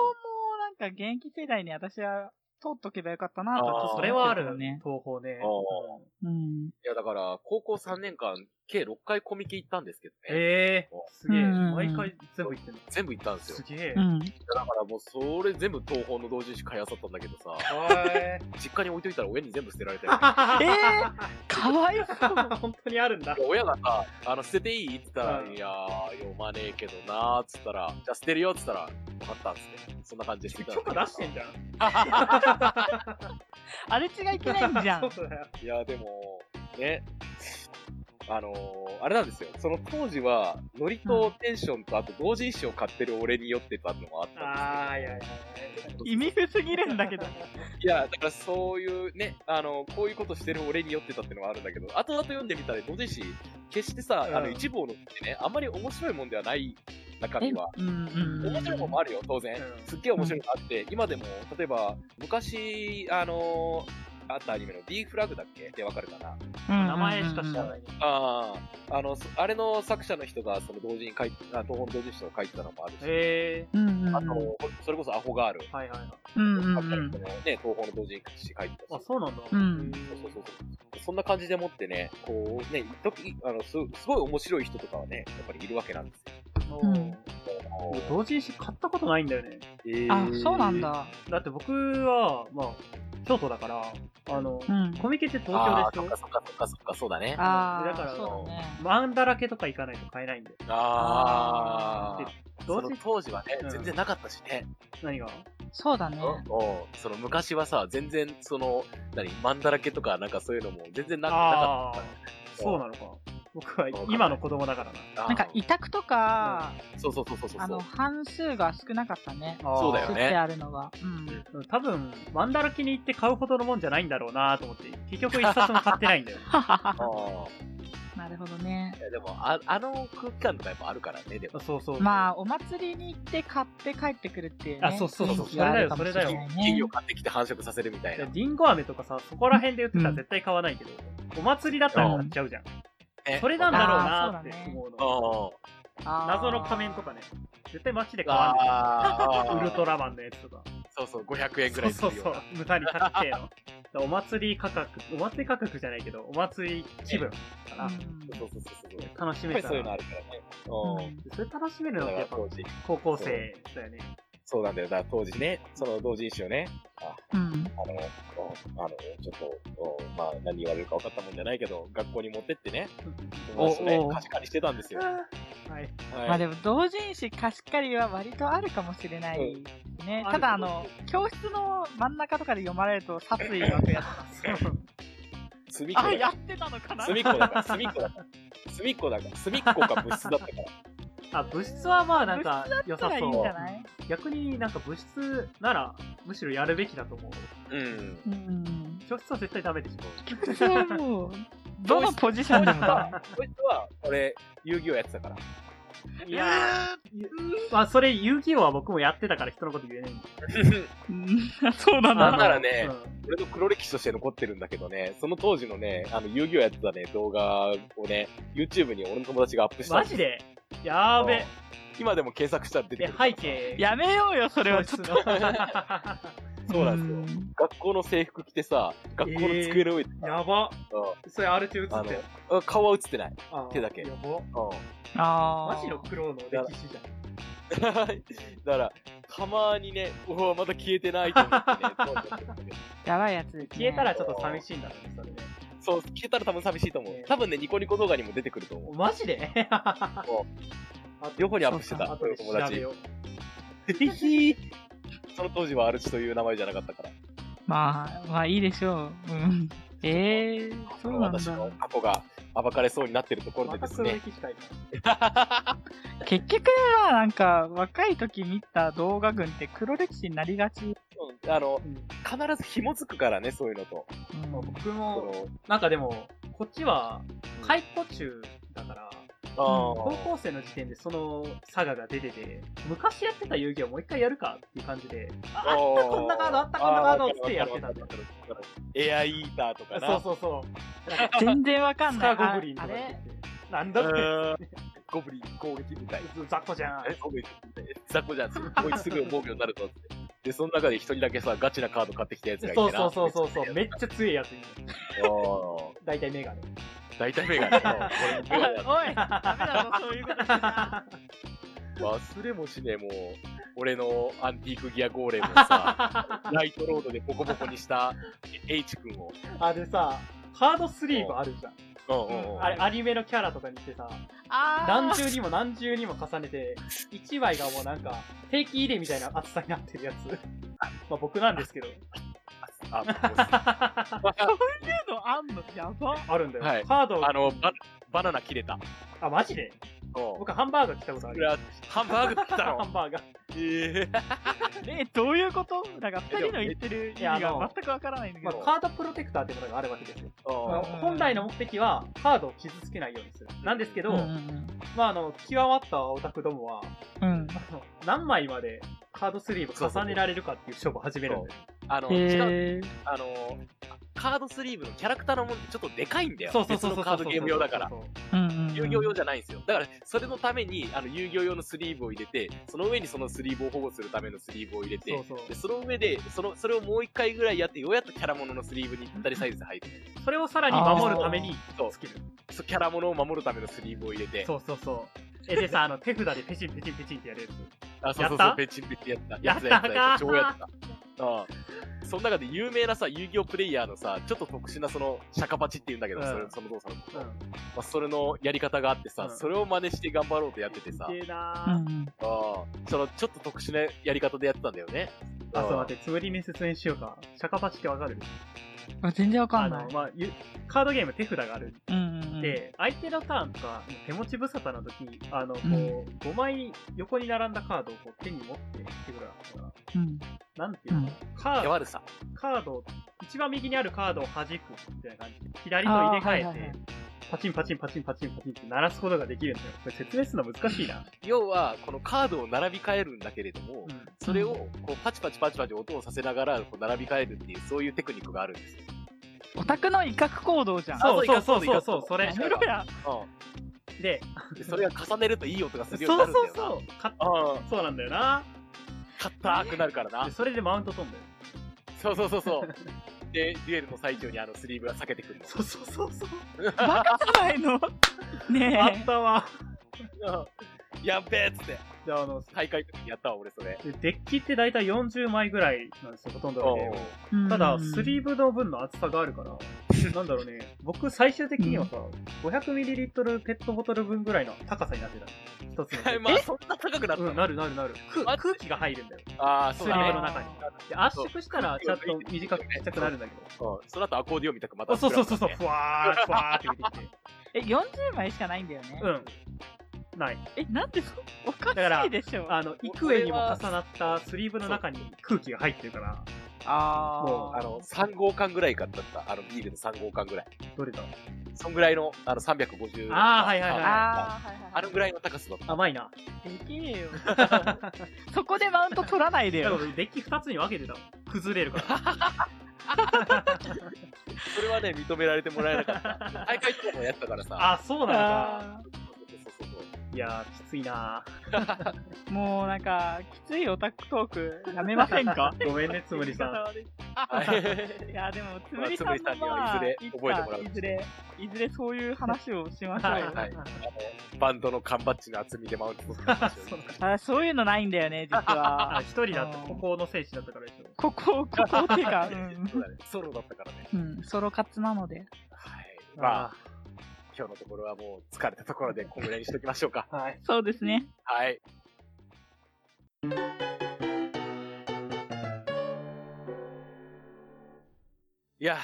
[SPEAKER 3] なんか、現役世代に私は通っとけばよかったなと
[SPEAKER 1] あー
[SPEAKER 3] は
[SPEAKER 2] そ
[SPEAKER 3] ち
[SPEAKER 2] れ
[SPEAKER 3] ょっと
[SPEAKER 2] は
[SPEAKER 3] 思
[SPEAKER 2] あ
[SPEAKER 3] ってけど
[SPEAKER 2] る
[SPEAKER 3] ね。
[SPEAKER 2] 東宝ね。
[SPEAKER 1] お
[SPEAKER 2] うん
[SPEAKER 3] うん。
[SPEAKER 1] いや、だから、高校3年間、計6回コミケ行ったんですけどね。
[SPEAKER 2] ええ
[SPEAKER 1] お
[SPEAKER 2] すげえ。
[SPEAKER 3] うん
[SPEAKER 2] 毎回全部言ってる
[SPEAKER 1] 全部行ったんですよ
[SPEAKER 2] す。げえ。
[SPEAKER 3] うん。
[SPEAKER 1] だからもう、それ全部東宝の同人誌買いあさったんだけどさ、
[SPEAKER 2] は
[SPEAKER 1] 実家に置いといたら親に全部捨てられたよね。
[SPEAKER 2] ーい。
[SPEAKER 3] え かわいそ う。
[SPEAKER 2] 本当にあるんだ
[SPEAKER 1] い。や 親がさ、あの、捨てていいって言ったら、
[SPEAKER 2] うん
[SPEAKER 1] いやー、読まねえけどなーっつったら、じゃあ捨てるよっつったら、わかったっつって。そんな感じで捨てた
[SPEAKER 2] 許可出してん
[SPEAKER 1] ん
[SPEAKER 2] じゃん。
[SPEAKER 3] あれ違いけないんじゃ ん。
[SPEAKER 2] そうだよ。
[SPEAKER 1] だ いや、でも、ね、あのー、あれなんですよ。その当時は、ノリとテンションと、あと同人誌を買ってる俺に酔ってたのもあった
[SPEAKER 2] あー、
[SPEAKER 1] んです
[SPEAKER 2] いやいやい
[SPEAKER 1] けど。
[SPEAKER 3] 意味不すぎるんだけど。
[SPEAKER 1] いや、だからそういうね、あの、こういうことしてる俺に酔ってたってのはあるんだけど、後々読んでみたら、同人誌、決してさ、あ
[SPEAKER 2] う
[SPEAKER 1] の、
[SPEAKER 2] ん
[SPEAKER 1] 一部を載ってね、あんまり面白いもんではない中身は。
[SPEAKER 3] うんうん。。
[SPEAKER 1] 面白いもんもあるよ、当然。
[SPEAKER 2] うん
[SPEAKER 1] すっげえ面白いのあって、今でも、例えば、昔、あのーあったアニメの B フラグだっけってわかるかな
[SPEAKER 2] や。名前しか知らないい。
[SPEAKER 1] ああ、あの、そあれの作者の人が、その同時に書いて、あ東方の同時に書いてたのもあるし、
[SPEAKER 2] え
[SPEAKER 3] うんうんうん。
[SPEAKER 1] あと、それこそアホガール。
[SPEAKER 2] えはいはいはい。
[SPEAKER 3] うんうんう
[SPEAKER 1] 作者の
[SPEAKER 3] ん
[SPEAKER 1] 人。のね、東方の同時に書いてたし。
[SPEAKER 2] あ、そうなんだ。
[SPEAKER 3] うん
[SPEAKER 1] そうそうそうそうそんな感じでもってね、こうね、一時あのすすごい面白い人とかはね、やっぱりいるわけなんです
[SPEAKER 2] も
[SPEAKER 3] う
[SPEAKER 2] うん
[SPEAKER 1] よ。
[SPEAKER 2] 同人誌買ったことないんだよね。
[SPEAKER 1] えー
[SPEAKER 3] あ、そうなん。だ。
[SPEAKER 2] だって僕は、まあ、京都だから、あの、
[SPEAKER 3] うん。
[SPEAKER 2] コミケって東
[SPEAKER 1] あ
[SPEAKER 2] 京
[SPEAKER 1] ー
[SPEAKER 2] でし
[SPEAKER 1] そっか
[SPEAKER 2] ょ
[SPEAKER 1] そっかそっかそっか、そうだね。
[SPEAKER 3] ああ、
[SPEAKER 2] だから
[SPEAKER 3] そうだね。
[SPEAKER 2] 漫だらけとか行かないと買えないんで。
[SPEAKER 1] あ
[SPEAKER 2] で
[SPEAKER 1] あ。
[SPEAKER 2] 同
[SPEAKER 1] その
[SPEAKER 2] 時
[SPEAKER 1] 当時はね、
[SPEAKER 2] うん
[SPEAKER 1] 全然なかったしね。
[SPEAKER 2] 何が
[SPEAKER 3] そうだね。
[SPEAKER 1] おその昔はさ、全然その、何、マンだらけとかなんかそういうのも全然ななか
[SPEAKER 2] ああー、そうなのか。
[SPEAKER 1] った。
[SPEAKER 2] 僕は今の子供だからな。
[SPEAKER 1] な
[SPEAKER 3] なんか委託とか、
[SPEAKER 1] そうそうそうそうそう
[SPEAKER 3] あの、半数が少なかったね。
[SPEAKER 1] そうだよね
[SPEAKER 3] 吸ってあるのが。 うん。
[SPEAKER 2] 多分、ワンダラキに行って買うほどのもんじゃないんだろうなと思って、結局一冊も買ってない んだよ。
[SPEAKER 1] あ
[SPEAKER 3] なるほどね
[SPEAKER 1] ーい。やでもああの空気感とかやっぱあるからねでも
[SPEAKER 2] そうそう。
[SPEAKER 3] まあ、お祭りに行って買って帰ってくるっていう、ね。
[SPEAKER 2] あそうそうそう
[SPEAKER 3] 雰囲気があるかもし
[SPEAKER 2] それだ
[SPEAKER 3] れ
[SPEAKER 2] よ
[SPEAKER 3] ないね
[SPEAKER 1] 金魚買ってきて繁殖させるみたいな、
[SPEAKER 2] リンゴ飴とかさ、そこら辺で売ってたら絶対買わないけど、お祭りだったら買っちゃうじゃん。
[SPEAKER 1] ね
[SPEAKER 2] それなんだろうなって思う
[SPEAKER 1] あー
[SPEAKER 2] の。
[SPEAKER 3] あー
[SPEAKER 2] 謎の仮面とかね、絶対街で買わない。
[SPEAKER 1] あー
[SPEAKER 2] ウルトラマンのやつとか。
[SPEAKER 1] そうそう500円ぐらいする
[SPEAKER 2] そう
[SPEAKER 1] よ
[SPEAKER 2] そううそう。無駄に高っけえの。だからお祭り価格、お祭り価格じゃないけど、お祭り気分かな。
[SPEAKER 3] う
[SPEAKER 1] そうそうそうそう
[SPEAKER 2] 楽し
[SPEAKER 1] やっぱ
[SPEAKER 2] め
[SPEAKER 1] り
[SPEAKER 2] た
[SPEAKER 1] そういうのあ
[SPEAKER 2] ら。
[SPEAKER 1] るからね
[SPEAKER 3] ん
[SPEAKER 1] うん
[SPEAKER 2] それ楽しめるの
[SPEAKER 1] だか
[SPEAKER 2] ってや
[SPEAKER 1] ら
[SPEAKER 2] っぱ
[SPEAKER 1] 当時
[SPEAKER 2] 高校生だよね。
[SPEAKER 1] そうなんだよだから当時ねその同人誌をねあ
[SPEAKER 3] うん。
[SPEAKER 1] あの、うんあの、ちょっと、うんまあ、何言われるか分かったもんじゃないけど、学校に持ってってね、友達と
[SPEAKER 3] お
[SPEAKER 1] ね
[SPEAKER 3] お、
[SPEAKER 1] 貸し借りしてたんですよ。
[SPEAKER 2] はい。
[SPEAKER 1] はい、
[SPEAKER 3] まあでも同人誌貸し借りは割とあるかもしれないね。
[SPEAKER 2] うん
[SPEAKER 3] ただあの、教室の真ん中とかで読まれると殺意湧くやつなんですよ。
[SPEAKER 1] 隅っこ
[SPEAKER 3] あ、
[SPEAKER 1] だ
[SPEAKER 3] や
[SPEAKER 1] か。
[SPEAKER 3] ってたのからな
[SPEAKER 1] 隅っこだから、隅っこだから。隅っこだから、隅っこか物質だったから。
[SPEAKER 2] あ、物質はまあなんか良さ
[SPEAKER 3] いい
[SPEAKER 2] そ
[SPEAKER 3] んじ
[SPEAKER 2] う
[SPEAKER 3] ゃ。ない
[SPEAKER 2] 逆になんか物質ならむしろやるべきだと思う。
[SPEAKER 1] うん。
[SPEAKER 3] うん。
[SPEAKER 2] 教室は絶対ダメでしょ。
[SPEAKER 3] それはもう、どのポジションでもダメ。
[SPEAKER 1] こいつは、俺、遊戯王やってたから。
[SPEAKER 2] いやまあそれ遊戯王は僕もやってたから人のこと言えないんだ
[SPEAKER 3] うんそうなん
[SPEAKER 1] な
[SPEAKER 3] だ
[SPEAKER 1] ん。ならね、
[SPEAKER 2] うん
[SPEAKER 1] 俺の黒歴史として残ってるんだけどね、その当時のね、あの、遊戯王やってたね、動画をね、YouTube に俺の友達がアップしたん
[SPEAKER 2] マ
[SPEAKER 1] です
[SPEAKER 2] ジ
[SPEAKER 1] よ。
[SPEAKER 2] でやー
[SPEAKER 1] う
[SPEAKER 2] べ
[SPEAKER 1] ん。今でも検索したら出て
[SPEAKER 2] え
[SPEAKER 1] くる。
[SPEAKER 2] 背。景。
[SPEAKER 3] やめようよ、それはちょっと。
[SPEAKER 2] と。
[SPEAKER 1] そうなんですよ。
[SPEAKER 3] よ。
[SPEAKER 1] 学校の制服着てさ、学校の机の上で、
[SPEAKER 2] やば。
[SPEAKER 1] うん
[SPEAKER 2] それ R 中映って
[SPEAKER 1] あのあ顔は映ってない。
[SPEAKER 2] あー
[SPEAKER 1] 手だけ
[SPEAKER 2] やば。
[SPEAKER 1] う
[SPEAKER 3] ああ。
[SPEAKER 2] マジの苦労の歴史じゃん。
[SPEAKER 1] ん。 だから、たまにね、うわ、まだ消えてないと思 ってねどんどんやってる、
[SPEAKER 3] やばいやつですね。
[SPEAKER 2] 消えたらちょっと寂しいんだろうね、それね。
[SPEAKER 1] そう、消えたら多分寂しいと思う。多分ね、ニコニコ動画にも出てくると思う。
[SPEAKER 2] マジで
[SPEAKER 1] 両方にアップしてた、
[SPEAKER 2] 後
[SPEAKER 1] 俺
[SPEAKER 2] で
[SPEAKER 1] の友
[SPEAKER 2] 調べ
[SPEAKER 1] 達。
[SPEAKER 2] よう。
[SPEAKER 1] ひひーその当時はアルチという名前じゃなかったから。
[SPEAKER 3] まあ、まあいいでしょう。うん。ええそうなん
[SPEAKER 1] 私の
[SPEAKER 3] だ。
[SPEAKER 1] 過去が暴かれそうになってるところでですね。
[SPEAKER 2] 歴史会
[SPEAKER 3] 結局は、なんか、若い時見た動画群って黒歴史になりがち。
[SPEAKER 1] うん あの、必ず紐づくからね、そういうのと。
[SPEAKER 3] うん
[SPEAKER 2] 僕
[SPEAKER 1] そ
[SPEAKER 2] も、
[SPEAKER 1] の
[SPEAKER 2] なんかでも、こっちは、解雇中だから、高
[SPEAKER 1] あ
[SPEAKER 2] 校生の時点でその佐賀が出てて、昔やってた遊戯をもう一回やるかっていう感じで、
[SPEAKER 1] ー
[SPEAKER 2] ああったこんなカード、あったこんなカードっつってやってたんだよ。
[SPEAKER 1] エアイーターとかな。
[SPEAKER 2] そうそうそう。 なんか
[SPEAKER 3] 全然わかん
[SPEAKER 2] ス
[SPEAKER 3] な
[SPEAKER 2] カ
[SPEAKER 3] い。
[SPEAKER 2] ゴブリンと
[SPEAKER 3] ああ
[SPEAKER 2] か出
[SPEAKER 3] れ
[SPEAKER 2] てて。なんだって、
[SPEAKER 1] ゴブリン攻撃みたい。
[SPEAKER 2] 雑魚じゃん。
[SPEAKER 1] え、ゴブリン雑魚じゃんって。こいつすぐ防御になるぞって。で、その中で一人だけさ、ガチなカード買ってきたやつがいて
[SPEAKER 2] そ
[SPEAKER 1] な。
[SPEAKER 2] うそうそうそ うそう、めっちゃ強いやついる。
[SPEAKER 1] おー
[SPEAKER 2] 大体メガ ネ。
[SPEAKER 1] 大体目がね。これ
[SPEAKER 3] おい、ダメだぞ、そういうこと言っちゃ。
[SPEAKER 1] 忘れもしねえ、もう、俺のアンティークギアゴーレムを さ、ライトロードでボコボコにした H 君を。
[SPEAKER 2] あれさ、ハードスリーブあるじゃん。
[SPEAKER 1] うんうんうん。
[SPEAKER 2] あれ、アニメのキャラとかにしてさ、
[SPEAKER 3] あ
[SPEAKER 2] 何重にも何重にも重ねて、1枚がもうなんか、定期入れみたいな厚さになってるやつ。まあ僕なんですけ ど。
[SPEAKER 1] あ
[SPEAKER 2] あ
[SPEAKER 3] そういうのあんのやば。
[SPEAKER 2] るんだよ。
[SPEAKER 1] はい
[SPEAKER 2] カード
[SPEAKER 1] あの、ババナナ切れた。
[SPEAKER 2] あ、マジで
[SPEAKER 1] 僕
[SPEAKER 2] 僕ハンバーガー来たことある。
[SPEAKER 1] ハンバーグだった
[SPEAKER 2] ハ
[SPEAKER 1] の
[SPEAKER 2] ンバーガー。
[SPEAKER 1] ええ
[SPEAKER 3] え、どういうことなんか二人の言ってる意味
[SPEAKER 2] いやあの
[SPEAKER 3] が全くわからないんだけ
[SPEAKER 2] まあ
[SPEAKER 3] ど。
[SPEAKER 2] カードプロテクターってものがあるわけですよ。まあ
[SPEAKER 1] うん
[SPEAKER 2] 本来の目的はカードを傷つけないようにする。なんですけど、
[SPEAKER 3] うん
[SPEAKER 2] まああの、極まったオタクどもは、
[SPEAKER 3] うんうん。
[SPEAKER 2] あの何枚までカードスリーブ重ねられるかっていう勝負を始めるんだよ。
[SPEAKER 1] あの、違う
[SPEAKER 3] へえ。
[SPEAKER 1] あのカードスリーブのキャラクターのものってちょっとでかいんだよ。
[SPEAKER 2] そうそうそ
[SPEAKER 1] 別
[SPEAKER 2] うそう。
[SPEAKER 1] のカードゲーム用だから。。
[SPEAKER 3] うんうんうん
[SPEAKER 1] 遊戯王用じゃないんですよ。だから、それのために、あの、遊戯王用のスリーブを入れて、その上にそのスリーブを保護するためのスリーブを入れて、
[SPEAKER 2] そうそう
[SPEAKER 1] で、その上で、その、それをもう一回ぐらいやって、ようやっとキャラもののスリーブにぴったりサイズで入って、
[SPEAKER 2] それをさらに守るために
[SPEAKER 1] そう
[SPEAKER 2] スキル。
[SPEAKER 1] そうキャラものを守るためのスリーブを入れて、
[SPEAKER 2] そうそうそう。え、でさ、あの、手札でペチンペチンペチンってやれる。
[SPEAKER 1] あ、そうそう
[SPEAKER 2] や
[SPEAKER 1] そ
[SPEAKER 2] っ
[SPEAKER 1] う、
[SPEAKER 2] た
[SPEAKER 1] ペチンペチンやった。
[SPEAKER 2] やった
[SPEAKER 1] やつや
[SPEAKER 2] あ
[SPEAKER 1] つ
[SPEAKER 2] か
[SPEAKER 1] 超やった。ああその中で有名なさ、遊戯王プレイヤーのさ、ちょっと特殊なその、シャカパチって言うんだけど、
[SPEAKER 2] うん
[SPEAKER 1] それその動作のこと、
[SPEAKER 2] う
[SPEAKER 1] ま
[SPEAKER 2] ん。
[SPEAKER 1] あ、それのやり方があってさ、
[SPEAKER 2] うん
[SPEAKER 1] それを真似して頑張ろうとやっててさ、
[SPEAKER 2] いいなぁ
[SPEAKER 3] うんうん。
[SPEAKER 1] ああそのちょっと特殊なやり方でやってたんだよね。
[SPEAKER 2] あ、そう待って、つぶりに説明しようか。シャカパチってわかる
[SPEAKER 3] あ全然わか
[SPEAKER 2] あ
[SPEAKER 3] んな
[SPEAKER 2] の
[SPEAKER 3] い、。
[SPEAKER 2] まあ、ゆカードゲーム手札がある。
[SPEAKER 3] うんうんうん
[SPEAKER 2] って、相手のターンとか、手持ち無沙汰な時、あの、こう、
[SPEAKER 3] う
[SPEAKER 2] 5枚横に並んだカードをこう手に持ってってぐらいだったか
[SPEAKER 3] うん。
[SPEAKER 2] ら、なんていうの、カー
[SPEAKER 1] 手
[SPEAKER 2] ド、
[SPEAKER 1] 悪さ。
[SPEAKER 2] カードを、一番右にあるカードを弾くみたいな感じで、左と入れ替えて、
[SPEAKER 3] あーはいはいはい
[SPEAKER 2] パチンパチンパチンパチンパチンって鳴らすことができるんだよ。これ説明するの難しいな。
[SPEAKER 1] 要は、このカードを並び替えるんだけれども、
[SPEAKER 2] うん
[SPEAKER 1] それを、こう、パチパチパチパチ音をさせながら、こう、並び替えるっていう、そういうテクニックがあるんですよ。
[SPEAKER 3] オタクの威嚇行動じゃん。
[SPEAKER 2] そうそうそうそうそうそれ
[SPEAKER 1] う
[SPEAKER 3] やめろや。
[SPEAKER 1] ん
[SPEAKER 2] で、
[SPEAKER 1] でそれが重ねるといい音がするよう
[SPEAKER 2] そ
[SPEAKER 1] にな
[SPEAKER 2] う
[SPEAKER 1] るんだ
[SPEAKER 2] そ
[SPEAKER 1] よな。。
[SPEAKER 2] うそうう、か
[SPEAKER 1] うん。
[SPEAKER 2] そうなんだよな。
[SPEAKER 1] カッターくなるからな
[SPEAKER 2] で。それでマウント飛んだよ。
[SPEAKER 1] そうそうそうそう。で、デュエルの最中にあのスリーブが裂けてくるの。
[SPEAKER 2] そうそうそう そう。
[SPEAKER 3] バカじゃないの
[SPEAKER 2] あ
[SPEAKER 3] ね
[SPEAKER 2] ったわ。
[SPEAKER 1] うんやっべえっつって、
[SPEAKER 2] で、あの、
[SPEAKER 1] 大会の時にやったわ、俺それ。
[SPEAKER 2] でデッキって大体40枚ぐらいなんですよ、ほとんどのゲーム
[SPEAKER 1] う
[SPEAKER 3] え。
[SPEAKER 2] ただ、
[SPEAKER 3] うん
[SPEAKER 2] スリーブの分の厚さがあるから、なんだろうね、 僕最終的にはさ、500ml ペットボトル分ぐらいの高さになってた。一つのデッキ。
[SPEAKER 1] ん まあ、そんな高くなった
[SPEAKER 2] う
[SPEAKER 1] の
[SPEAKER 2] ん、なるなるなる。く
[SPEAKER 1] マ
[SPEAKER 2] 空
[SPEAKER 1] ジ
[SPEAKER 2] 気が入るんだよ。
[SPEAKER 1] ああ、
[SPEAKER 2] ス
[SPEAKER 1] そ
[SPEAKER 2] リ
[SPEAKER 1] うだ
[SPEAKER 2] ー
[SPEAKER 1] ね
[SPEAKER 2] ブの。中に。で圧縮したら、ちゃんと短くちっちゃくなるんだけど。
[SPEAKER 1] うんその後アコーディオンみたくま
[SPEAKER 2] あ
[SPEAKER 1] た
[SPEAKER 2] そう
[SPEAKER 1] 膨
[SPEAKER 2] そ
[SPEAKER 1] ら
[SPEAKER 2] う
[SPEAKER 1] だね。
[SPEAKER 2] んそうそう、ふわー、ふわーって出てきて。
[SPEAKER 3] え、40枚しかないんだよね。
[SPEAKER 2] うん。ない。
[SPEAKER 3] え、なんでそ、おか
[SPEAKER 2] だから
[SPEAKER 3] しいでしょ。
[SPEAKER 2] あの、幾重にも重なったスリーブの中に空気が入ってるから、も
[SPEAKER 3] あ
[SPEAKER 2] う
[SPEAKER 1] あの、3号館ぐらい買ったった。あの、ビールの3号館ぐらい。
[SPEAKER 2] どれだ
[SPEAKER 1] そんぐらいの、あの、350。
[SPEAKER 2] あーはいはいはい
[SPEAKER 3] あーはいはいはい
[SPEAKER 1] あのぐらいの高さだった。
[SPEAKER 2] 甘いな。
[SPEAKER 3] できねえよ。そこでマウント取らないで
[SPEAKER 2] だ
[SPEAKER 3] よ
[SPEAKER 2] か。らデッキ2つに分けてたもん崩れるから。
[SPEAKER 1] それはね、認められてもらえなかった。 大会ってもやったからさ。
[SPEAKER 2] あ、 そうなんだ。
[SPEAKER 3] あ
[SPEAKER 1] そうそうそう
[SPEAKER 2] いやー、きついな
[SPEAKER 3] ーもうなんか、きついオタクトークやめませんか
[SPEAKER 2] ごめんね、 つむり さん。
[SPEAKER 1] はい
[SPEAKER 3] いや、でも、つ
[SPEAKER 1] ま
[SPEAKER 3] む
[SPEAKER 1] あ
[SPEAKER 3] りさん
[SPEAKER 1] つむ
[SPEAKER 3] も、まあ、
[SPEAKER 1] りさんにはいずれ覚え
[SPEAKER 3] つ
[SPEAKER 1] てもらう
[SPEAKER 3] いずれ、いずれそういう話をしましょうよ。
[SPEAKER 1] はいバンドの缶バッジの厚みでマウント取ったんですよ
[SPEAKER 3] あそういうのないんだよね、実
[SPEAKER 2] あ、
[SPEAKER 3] は。
[SPEAKER 2] 一人だった。ここの選手だったからでしょ。
[SPEAKER 3] ここ、ここっていうか、
[SPEAKER 1] そうだねソロだったからね。
[SPEAKER 3] うん、うん、ソロ活なので。
[SPEAKER 1] はい。まあ、今日のところはもう疲れたところでこんぐらいにしときましょうか。
[SPEAKER 2] あ、はい。
[SPEAKER 3] そうですね。
[SPEAKER 1] はい。いや、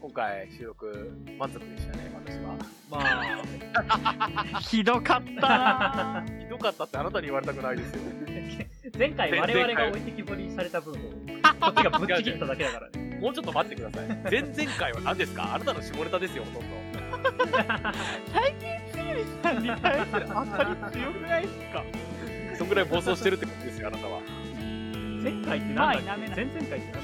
[SPEAKER 1] 今回収録満足でしたね、私は。
[SPEAKER 2] まあ、
[SPEAKER 3] ひどかったなぁ
[SPEAKER 1] ひどかったってあなたに言われたくないですよ。
[SPEAKER 2] 前回
[SPEAKER 1] 前
[SPEAKER 2] 我々
[SPEAKER 1] 前
[SPEAKER 2] が
[SPEAKER 1] 回
[SPEAKER 2] 置いてきぼりにされた分を、こっちがぶっちぎっただけだからね。
[SPEAKER 1] もうちょっと待ってください。前々回は何ですかあなたの下ネタですよ、ほとんど。
[SPEAKER 3] 最近、つむりさんに対する当たり強くないですか
[SPEAKER 1] そんぐらい暴走してるってことですよ、あなたは。
[SPEAKER 2] 前回ってなん
[SPEAKER 3] ま
[SPEAKER 2] だ
[SPEAKER 3] あ
[SPEAKER 2] っ
[SPEAKER 3] ダ
[SPEAKER 2] け
[SPEAKER 3] メだ
[SPEAKER 2] 前々回ってなんだっ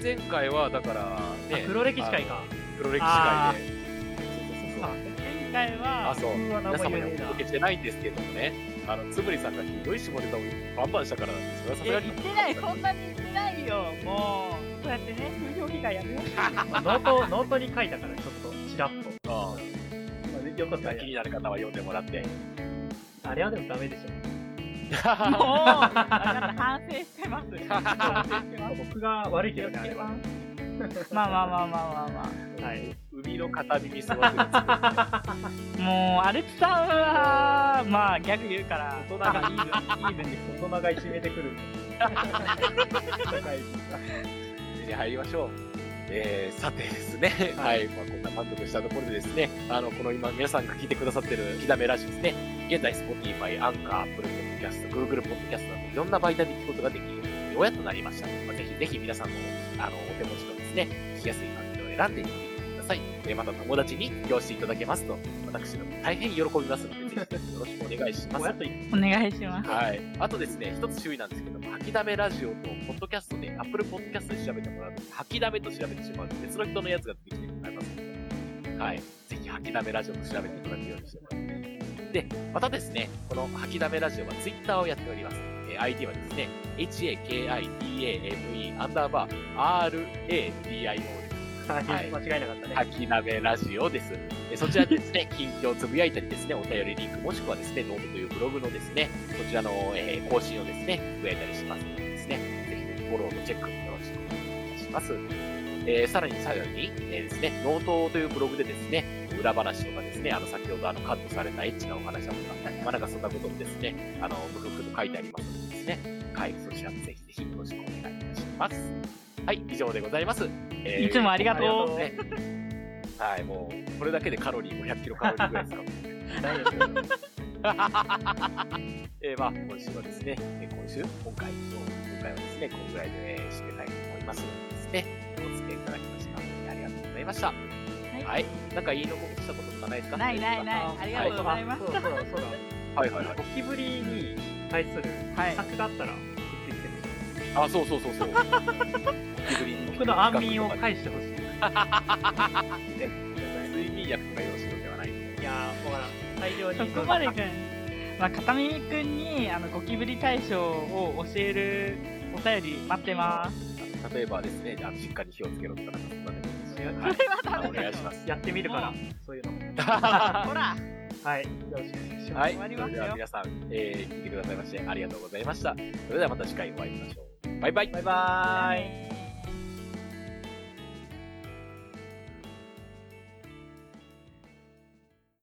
[SPEAKER 1] 前々回は、だから、
[SPEAKER 2] けあ黒歴史会か。
[SPEAKER 1] 黒歴史
[SPEAKER 2] あ
[SPEAKER 1] 会で。そうそうそうそう。
[SPEAKER 3] 前回は、
[SPEAKER 1] あ、そう。
[SPEAKER 2] うわ、何
[SPEAKER 1] 皆
[SPEAKER 2] も
[SPEAKER 1] 様
[SPEAKER 2] 言え
[SPEAKER 1] にはお
[SPEAKER 2] ねえな
[SPEAKER 1] 届けしてないんですけれどもね、あの、つぶりさんがひどい下ネタをバンバンしたからなんですよ。それ
[SPEAKER 3] え
[SPEAKER 1] はさすがに
[SPEAKER 3] 言ってない、そんなに言ってないよ。もう、そうやってね、風評被害やめよう。
[SPEAKER 2] まあノート、ノートに書いたから、ちょっと、ちらっと。
[SPEAKER 1] あ
[SPEAKER 2] まあよかった
[SPEAKER 1] あ気になる方は読んでもら って。
[SPEAKER 2] あれはでもダメでしょ。
[SPEAKER 3] もう、あなた反省してます。反省してます。
[SPEAKER 2] 僕が悪いけどね、あれは。
[SPEAKER 3] まあまあまあまあまあま
[SPEAKER 2] はい。
[SPEAKER 1] 海の片耳すませる
[SPEAKER 3] あ。もう、アルツさんは、まあ、ギャグ言うから。
[SPEAKER 2] 大人がイーブン、イーブンです。大人がいじめてくる。高い
[SPEAKER 1] つぶりに入りましょう。えー、さてですね、はい、まあ、こんな満足したところでですね、あの、この今皆さんが聞いてくださってるひだめラジオですね、現在 Spotify、アンカー、Apple Podcast、Google Podcast などいろんな媒体で聞くことができるようやとなりました。まあ、ぜひぜひ皆さんも、あの、お手持ちのですね、聞きやすい環境を選んでみてください。えーまた友達に利用していただけますと、私ども大変喜びますので、ぜひぜひよろしくお願いしま
[SPEAKER 2] ぼ
[SPEAKER 1] す
[SPEAKER 2] や。っと言っ
[SPEAKER 3] お願いします。
[SPEAKER 1] はい。あとですね、一つ注意なんですけども、吐きだめラジオと、ポッドキャストで、アップルポッドキャストで調べてもらうと、吐きだめと調べてしまうと、別の人のやつが出てきてもらいますので、はい。ぜひ、吐きだめラジオと調べていただくようにしてもらって。で、またですね、この吐きだめラジオは Twitter をやっております。えー ID はですね、hakidame アンダーバー radio です。
[SPEAKER 2] た。
[SPEAKER 1] はい
[SPEAKER 2] 間違いなかったね。
[SPEAKER 1] 吐き鍋ラジオです。えそちらでですね、 近況をつぶやいたりですね、お便りリンク、もしくはですね、ノートというブログのですね、そちらの、えー更新をですね、つぶやいたりしますのでですね、ぜひ、フォローのチェックよろしくお願いいたします。えーさらに最後に、えーですね、ノートというブログでですね、裏話とかですね、あの、先ほどあの、カットされたエッチなお話だとか、まあ、なんかそんなこともですね、あの、ブログと書いてありますのでですね、はい、そちらもぜひぜひよろしくお願いいたします。はい、以上でございます。えー
[SPEAKER 3] いつもありがとう
[SPEAKER 1] ねはい、もう、これだけでカロリーも100キロカロリーぐらいですか。
[SPEAKER 2] ダイエッ ト
[SPEAKER 1] えー、まあ、今週はですね、えー今週、今回、そう今回はですね、このぐらいで、えー締めたいと思いますのでですね、お付き合いいただきまして、本当にありがとうございました。
[SPEAKER 3] い
[SPEAKER 1] はい。なんか言い残したこととかないですか
[SPEAKER 3] ないないないありがとうございます
[SPEAKER 2] あそうだそうだそうだ。
[SPEAKER 1] はいはいはい。
[SPEAKER 2] ゴキブリに対する
[SPEAKER 3] はい。
[SPEAKER 2] 策があったら送ってきてほしい。
[SPEAKER 1] あ、そうそうそうそう。
[SPEAKER 2] 僕の安眠を返してほしい。
[SPEAKER 1] して、睡眠薬とか用意しろではないので。
[SPEAKER 2] いやー、わからん。大量に
[SPEAKER 3] そ
[SPEAKER 2] 飲ん。
[SPEAKER 3] こまでかい。まあ、片耳くんに、あの、ゴキブリ対処を教えるお便り待ってます。
[SPEAKER 1] 例えばですね、あのしっかり火をつけろとかなんかそんなのでもいいですし
[SPEAKER 2] うん
[SPEAKER 1] はい
[SPEAKER 3] ダメだよ
[SPEAKER 1] お願いします。
[SPEAKER 2] やってみるから、そう いうのも。
[SPEAKER 3] ほら、
[SPEAKER 2] はい。よろしくお願いします。
[SPEAKER 1] はい、
[SPEAKER 3] 終
[SPEAKER 1] そ
[SPEAKER 3] わり
[SPEAKER 1] れ
[SPEAKER 3] ますよ
[SPEAKER 1] では皆さん、えー聞いてくださいましてありがとうございました。それではまた次回お会いしましょう。バイバイ。
[SPEAKER 2] バイバーイ。
[SPEAKER 3] い。